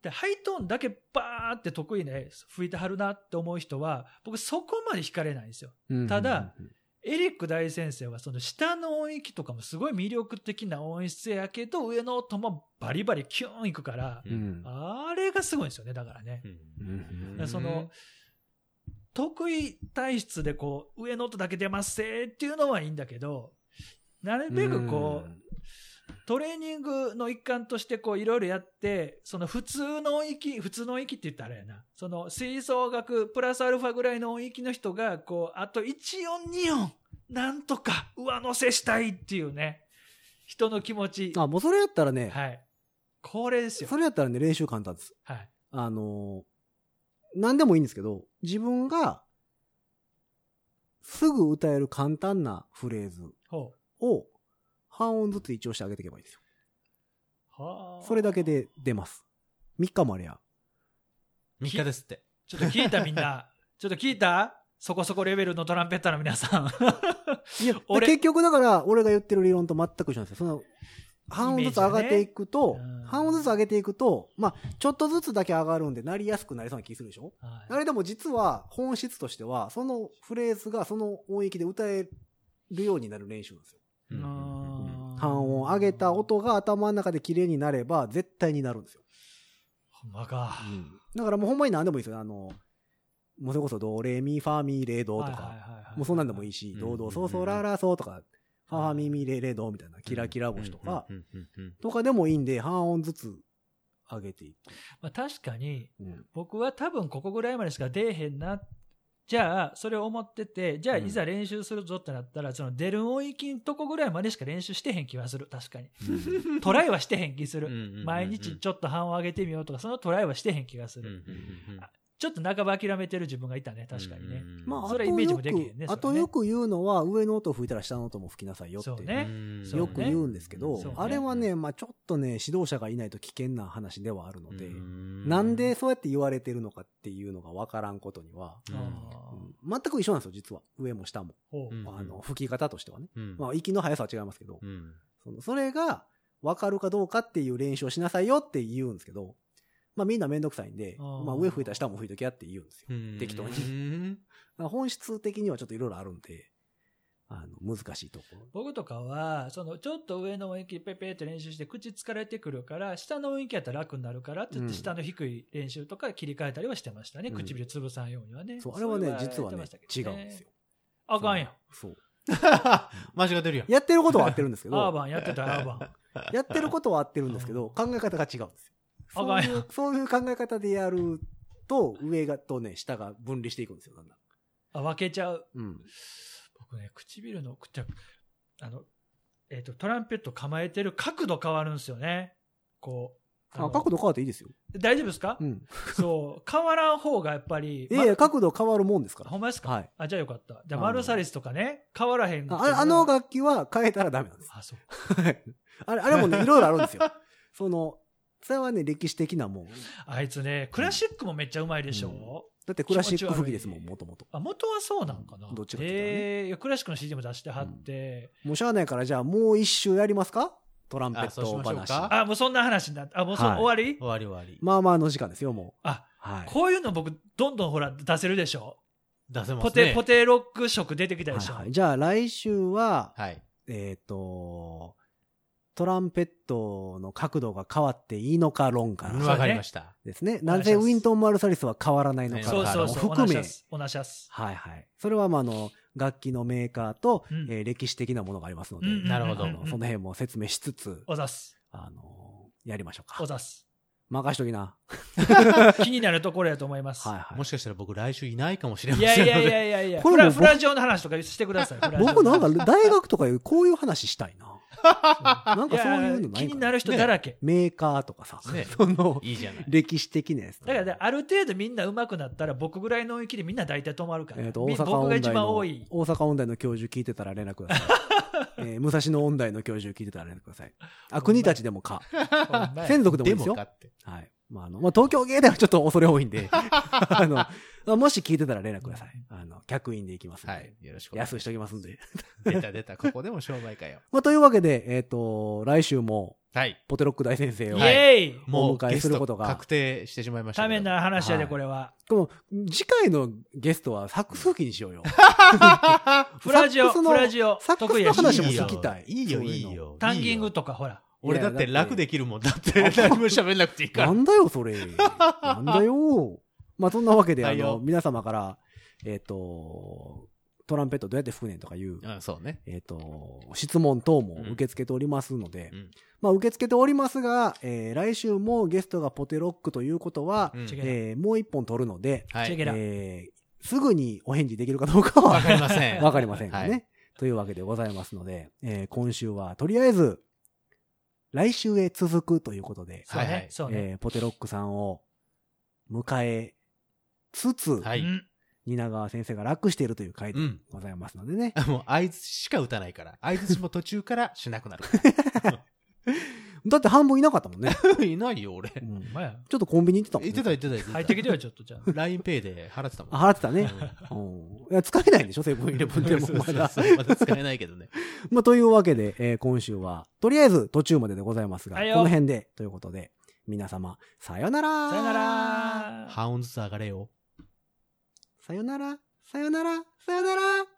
Speaker 4: で、ハイトーンだけバーって得意で吹いてはるなって思う人は、僕そこまで惹かれないんですよ。
Speaker 2: うん
Speaker 4: ただ、エリック大先生はその下の音域とかもすごい魅力的な音質やけど、上の音もバリバリキューンいくから、
Speaker 2: うんうん
Speaker 4: あれがすごいんですよね、だからね
Speaker 3: う。
Speaker 2: うん
Speaker 3: ん
Speaker 4: だからその、、得意体質でこう、上の音だけ出ますせーっていうのはいいんだけど、なるべくこう、トレーニングの一環としてこういろいろやって、その普通の音域、普通の音域って言ったらあれやな。その吹奏楽プラスアルファぐらいの音域の人が、こう、あと1音2音、なんとか上乗せしたいっていうね、人の気持ち。
Speaker 2: あ、もうそれやったらね、
Speaker 4: はい。これですよ
Speaker 2: そ。れやったらね、練習簡単です。
Speaker 4: はい。
Speaker 2: あのー、何でもいいんですけど、自分が、すぐ歌える簡単なフレーズ
Speaker 4: ほ
Speaker 2: を、半音ずつ一応してあげていけばいいですよ。
Speaker 4: う。はあ
Speaker 2: それだけ。で出ます。3日もありゃ。
Speaker 3: 3日ですって。
Speaker 4: ちょっと聞いたみんな。 ちょっと聞いたそこそこレベルのトランペッターの皆さん。
Speaker 2: いや、
Speaker 4: 俺
Speaker 2: 結局だから、俺が言ってる理論と全く一緒なんですよ。その、半音ずつ上がっていくと、
Speaker 4: イメージだねうん
Speaker 2: 半音ずつ上げていくと、まあ、ちょっとずつだけ上がるんで、なりやすくなりそうな気するでしょ
Speaker 4: はい
Speaker 2: あれでも実は、本質としては、そのフレーズがその音域で歌えるようになる練習なんですよ。
Speaker 3: うんうんうん
Speaker 4: あー
Speaker 2: 半音上げた音が頭の中で綺麗になれば、絶対になるんですよ。
Speaker 4: ほんまか。
Speaker 2: だからもうほんまに何でもいいですよ。あの、もうそれこそ、ドレミファミレドと
Speaker 4: はいはい
Speaker 2: か、
Speaker 4: はいはい
Speaker 2: もうそんなんでもい
Speaker 4: い。
Speaker 2: いし、
Speaker 3: うん
Speaker 2: ドドソソララソとか、ファファミミレレドみたいな、キラキラ星とか、
Speaker 3: うんうんうんうん
Speaker 2: とかでもいいんで、半音ずつ上げていく。
Speaker 4: まあ、確かに、
Speaker 2: うん
Speaker 4: 僕は多分ここぐらいまでしか出えへんな。じゃあ、それを思ってて、じゃあ、
Speaker 3: うん
Speaker 4: いざ練習するぞってなったら、その出る音域んとこぐらいまでしか練習してへん気はする。確 かに。トライはしてへん気す
Speaker 3: う
Speaker 4: る。
Speaker 3: んうんうん
Speaker 4: 毎日ちょっと半を上げてみようとか、そのトライはしてへん気がす
Speaker 3: うんうん
Speaker 4: る。
Speaker 3: うんうん
Speaker 4: ちょっと半ば諦めてる自分がいたね。確かにね
Speaker 3: う。んうん
Speaker 2: まあ、
Speaker 4: そ
Speaker 2: あと
Speaker 4: れはイメージ
Speaker 2: よ
Speaker 4: もできへんね
Speaker 2: く、あ
Speaker 4: そ
Speaker 2: と
Speaker 4: れはね
Speaker 2: よく言うのは、上の音を吹いたら下の音も吹きなさいよって
Speaker 4: そうね
Speaker 3: うん
Speaker 2: よく言うんですけど、
Speaker 4: そうね
Speaker 2: あれはね、まあちょっとね、指導者がいないと危険な話ではあるので、
Speaker 3: うん
Speaker 2: なんでそうやって言われてるのかっていうのがわからんことには、
Speaker 3: うん
Speaker 4: あ
Speaker 2: う
Speaker 4: ー
Speaker 2: ん全く一緒なんですよ、実は。上も下も。
Speaker 4: ほう
Speaker 3: うん
Speaker 2: あの、吹き方としてはね。
Speaker 3: うん
Speaker 2: まあ、息の速さは違いますけど
Speaker 3: う、ん
Speaker 2: そのそれが分かるかどうかっていう練習をしなさいよって言うんですけど、まあみんなめんどくさいんで、
Speaker 4: あー
Speaker 2: まあ上吹いたら下も吹いときやって言うんですよ。
Speaker 3: うん
Speaker 2: 適当に
Speaker 3: うん
Speaker 2: だから本質的にはちょっといろいろあるんで、あの、難しいところ。
Speaker 4: 僕とかは、その、ちょっと上の音域ペペって練習して、口疲れてくるから、下の音域やったら楽になるからって言って、
Speaker 2: うん
Speaker 4: 下の低い練習とか切り替えたりはしてましたね。
Speaker 2: うん
Speaker 4: 唇潰さんようにはね。
Speaker 2: そう、あれはね、
Speaker 4: そ
Speaker 2: 実
Speaker 4: れ
Speaker 2: は
Speaker 4: やって
Speaker 2: ね
Speaker 4: ました、
Speaker 2: 違
Speaker 4: け
Speaker 2: う
Speaker 4: ど
Speaker 2: んですよ。。
Speaker 4: あかんやん。
Speaker 2: そう。
Speaker 3: 間違ってるやん。
Speaker 2: やってることは合ってるんですけど、
Speaker 4: アーバンやってたアーバン。
Speaker 2: やってることは合ってるんですけど、考え方が違うんですよ。
Speaker 4: あ
Speaker 2: そ
Speaker 4: か
Speaker 2: うんい
Speaker 4: や
Speaker 2: う、そういう考え方でやると、上がとね、下が分離していくんですよ、だんだん。
Speaker 4: あ、分けちゃう。
Speaker 2: うん。
Speaker 4: 僕ね、唇の、くちゃあの、えっ、と、トランペット構えてる角度変わるんですよね。こう。
Speaker 2: あ、
Speaker 4: の
Speaker 2: 角度変わっていいですよ。
Speaker 4: 大丈夫ですか
Speaker 2: うん。
Speaker 4: そう。変わらん方がやっぱり。
Speaker 2: いやいや、
Speaker 4: ま
Speaker 2: 角度変わるもんですから。
Speaker 4: ほんまですか
Speaker 2: はい。
Speaker 4: あ、じゃあよかった。じ
Speaker 2: あ
Speaker 4: ゃあ、
Speaker 2: の
Speaker 4: マルサリスとかね、変わらへん。
Speaker 2: あああの、楽器は変えたらダメ なんです。
Speaker 4: あ、そう。
Speaker 2: はいあれ、あれもね、いろいろあるんですよ。その、それはね、歴史的なもん。
Speaker 4: あいつね、クラシックもめっちゃうまいでしょ、
Speaker 2: だってクラシック吹きですもん、
Speaker 4: 気持ち悪い
Speaker 2: もともと。
Speaker 4: あ、元はそうなんかな。
Speaker 2: どっちかって言ったらね
Speaker 4: ええクラシックの CD も出してはって、
Speaker 2: もうしゃあないから、じゃあもう一周やりますかトランペ
Speaker 3: あ
Speaker 2: ッ
Speaker 3: そうし
Speaker 2: ト
Speaker 3: ましょう
Speaker 2: 話。
Speaker 3: か
Speaker 4: あ、もうそんな話になって、あ、もうそ、
Speaker 2: はい
Speaker 4: 終わり
Speaker 3: 終わり終わり。
Speaker 2: まあまあの時間ですよ、もう。
Speaker 4: あ、
Speaker 2: はい。
Speaker 4: こういうの僕、どんどんほら、出せるでしょ
Speaker 3: 出せますね。
Speaker 4: ポテ、ポテロック色出てきたでしょ、
Speaker 2: はいはいじゃあ来週は、
Speaker 3: はい。
Speaker 2: えっ、と、トランペットの角度が変わっていいのか論か
Speaker 4: う
Speaker 2: ら
Speaker 4: わ
Speaker 3: わかりました。
Speaker 2: ですね。
Speaker 4: 願
Speaker 2: ない
Speaker 4: し
Speaker 2: ぜ
Speaker 4: ます
Speaker 2: ウィントン・マルサリスは変わらないのか
Speaker 4: そう
Speaker 2: ら
Speaker 4: そ
Speaker 2: も
Speaker 4: うそう、お
Speaker 2: 含
Speaker 4: なし
Speaker 2: め
Speaker 4: ゃ、す。おなしゃす。
Speaker 2: はいはい。それはまああの、楽器のメーカーと、
Speaker 4: うん
Speaker 2: えー歴史的なものがありますので、
Speaker 4: うんうんうん
Speaker 3: なるほど
Speaker 2: あのその辺も説明しつつ、
Speaker 4: おざっ す。
Speaker 2: あのやりましょう
Speaker 4: お
Speaker 2: か。
Speaker 4: ざっす。
Speaker 2: 任しときな。
Speaker 4: 気になるところやと思います。
Speaker 2: はいは
Speaker 3: もしかしたら僕来週いないかもしれま
Speaker 4: い
Speaker 3: せん
Speaker 4: や
Speaker 3: ので。
Speaker 4: いやいやいやいや、
Speaker 2: こ
Speaker 4: フ
Speaker 2: れも
Speaker 4: ラ
Speaker 2: 僕
Speaker 4: フラジオの話とかしてください。フラ
Speaker 2: い。
Speaker 4: ジオの話
Speaker 2: 僕なんか大学とかいうこういう話したい な。なんかそういうのないい
Speaker 4: や気
Speaker 2: か
Speaker 4: になる人だらけ。
Speaker 2: メーカーとかさ、
Speaker 3: ね
Speaker 2: その、
Speaker 3: いいじゃない。
Speaker 2: 歴史的なやつと
Speaker 4: だからね、ある程度みんな上手くなったら、僕ぐらいの域でみんな大体止まるから。
Speaker 2: えー、と
Speaker 4: み
Speaker 2: 大阪
Speaker 4: 僕が
Speaker 2: 音
Speaker 4: 一
Speaker 2: 大
Speaker 4: 番
Speaker 2: の
Speaker 4: 多い。
Speaker 2: 大阪音大の教授聞いてたら連絡 ください、えー武蔵野音大の教授聞いてたら連絡くださいあ国たちでもか
Speaker 4: ほんまや
Speaker 2: 専属でもいいですよ
Speaker 3: かって。
Speaker 2: はいまああのまあ、東京芸大はちょっと恐れ多いん であの、まあ、もし聞いてたら連絡くださいあの客員で行きますんで、
Speaker 3: はい。よろしくお願いし
Speaker 2: 安くしときますんで、
Speaker 3: ます。出た出た。ここでも商売かよ。
Speaker 2: まあ、というわけで、えっと来週も
Speaker 3: はい。
Speaker 2: ポテロック大先生を
Speaker 4: イ
Speaker 3: はい
Speaker 4: エーイ
Speaker 3: も
Speaker 2: お
Speaker 3: う
Speaker 2: 迎えすることが
Speaker 3: ゲスト確定してしまいました
Speaker 4: た
Speaker 3: けど。
Speaker 4: めになる話やで、
Speaker 2: はい
Speaker 4: これは。
Speaker 2: でも次回のゲストはサックス吹きにしようよ
Speaker 4: フラジ
Speaker 2: サッ
Speaker 4: オ、
Speaker 2: クス
Speaker 4: フ
Speaker 2: の
Speaker 4: ラジオ
Speaker 2: サッ、クスの
Speaker 4: 得意やし。
Speaker 2: 話も聞きたい
Speaker 3: いいよ、
Speaker 2: そう
Speaker 3: い
Speaker 2: いう
Speaker 3: い
Speaker 2: の
Speaker 3: よ。
Speaker 4: タンギングとか、ほら。
Speaker 3: 俺だって楽できるもん。だって
Speaker 2: いやだって
Speaker 3: 何も喋んなくていいか
Speaker 2: な
Speaker 3: ら。
Speaker 2: んだよ、それ。なんだよ。まあ、そんなわけで、あ
Speaker 3: はいよ
Speaker 2: の、皆様から、えっ、と、トランペットどうやって吹くねんとかいう、
Speaker 3: うん、そうね。
Speaker 2: えっ、と、質問等も受け付けておりますので、
Speaker 3: うん
Speaker 2: まあ、受け付けておりますが、えー来週もゲストがポテロックということは、
Speaker 3: うん
Speaker 4: チェゲ
Speaker 2: えーもう一本取るので、
Speaker 3: は
Speaker 4: チェ
Speaker 3: い
Speaker 4: ゲ。ラ。
Speaker 2: えーすぐにお返事できるかどうか
Speaker 3: わ
Speaker 2: は
Speaker 3: かりません。
Speaker 2: わかりませんがね。
Speaker 3: はい
Speaker 2: というわけでございますので、えー今週はとりあえず、来週へ続くということで、
Speaker 4: そう
Speaker 3: はいは
Speaker 4: ね
Speaker 3: い。
Speaker 4: そうね。
Speaker 2: えーポテロックさんを迎えつつ、
Speaker 3: は
Speaker 4: う
Speaker 3: い。
Speaker 4: ん
Speaker 2: 蜷川先生が楽しているという回で
Speaker 3: うん
Speaker 2: ございますのでね。
Speaker 3: もう、合図しか打たないから。合図も途中からしなくなる。
Speaker 2: だって半分いなかったもんね。
Speaker 3: いないよ、俺。
Speaker 2: うん
Speaker 4: ほんまや。
Speaker 2: ちょっとコンビニ行ってたもん
Speaker 3: 言
Speaker 2: ね。
Speaker 3: ってた言ってた言ってた。
Speaker 4: 入ってきてよ、ちょっとじゃあ。
Speaker 3: LINEPay で払ってたもん。
Speaker 2: あ払ってたね。
Speaker 3: うん
Speaker 2: うんいや、使えないんでしょセブンイレブンでもまだ。
Speaker 3: そうそうそうまだ使えないけどね。
Speaker 2: まあ、というわけで、えー今週は、とりあえず途中まででございますが、
Speaker 4: はいよ
Speaker 2: この辺で、ということで、皆様、さよなら
Speaker 4: さよなら。
Speaker 3: 半音ずつ上がれよ。
Speaker 2: さよならさよならさよなら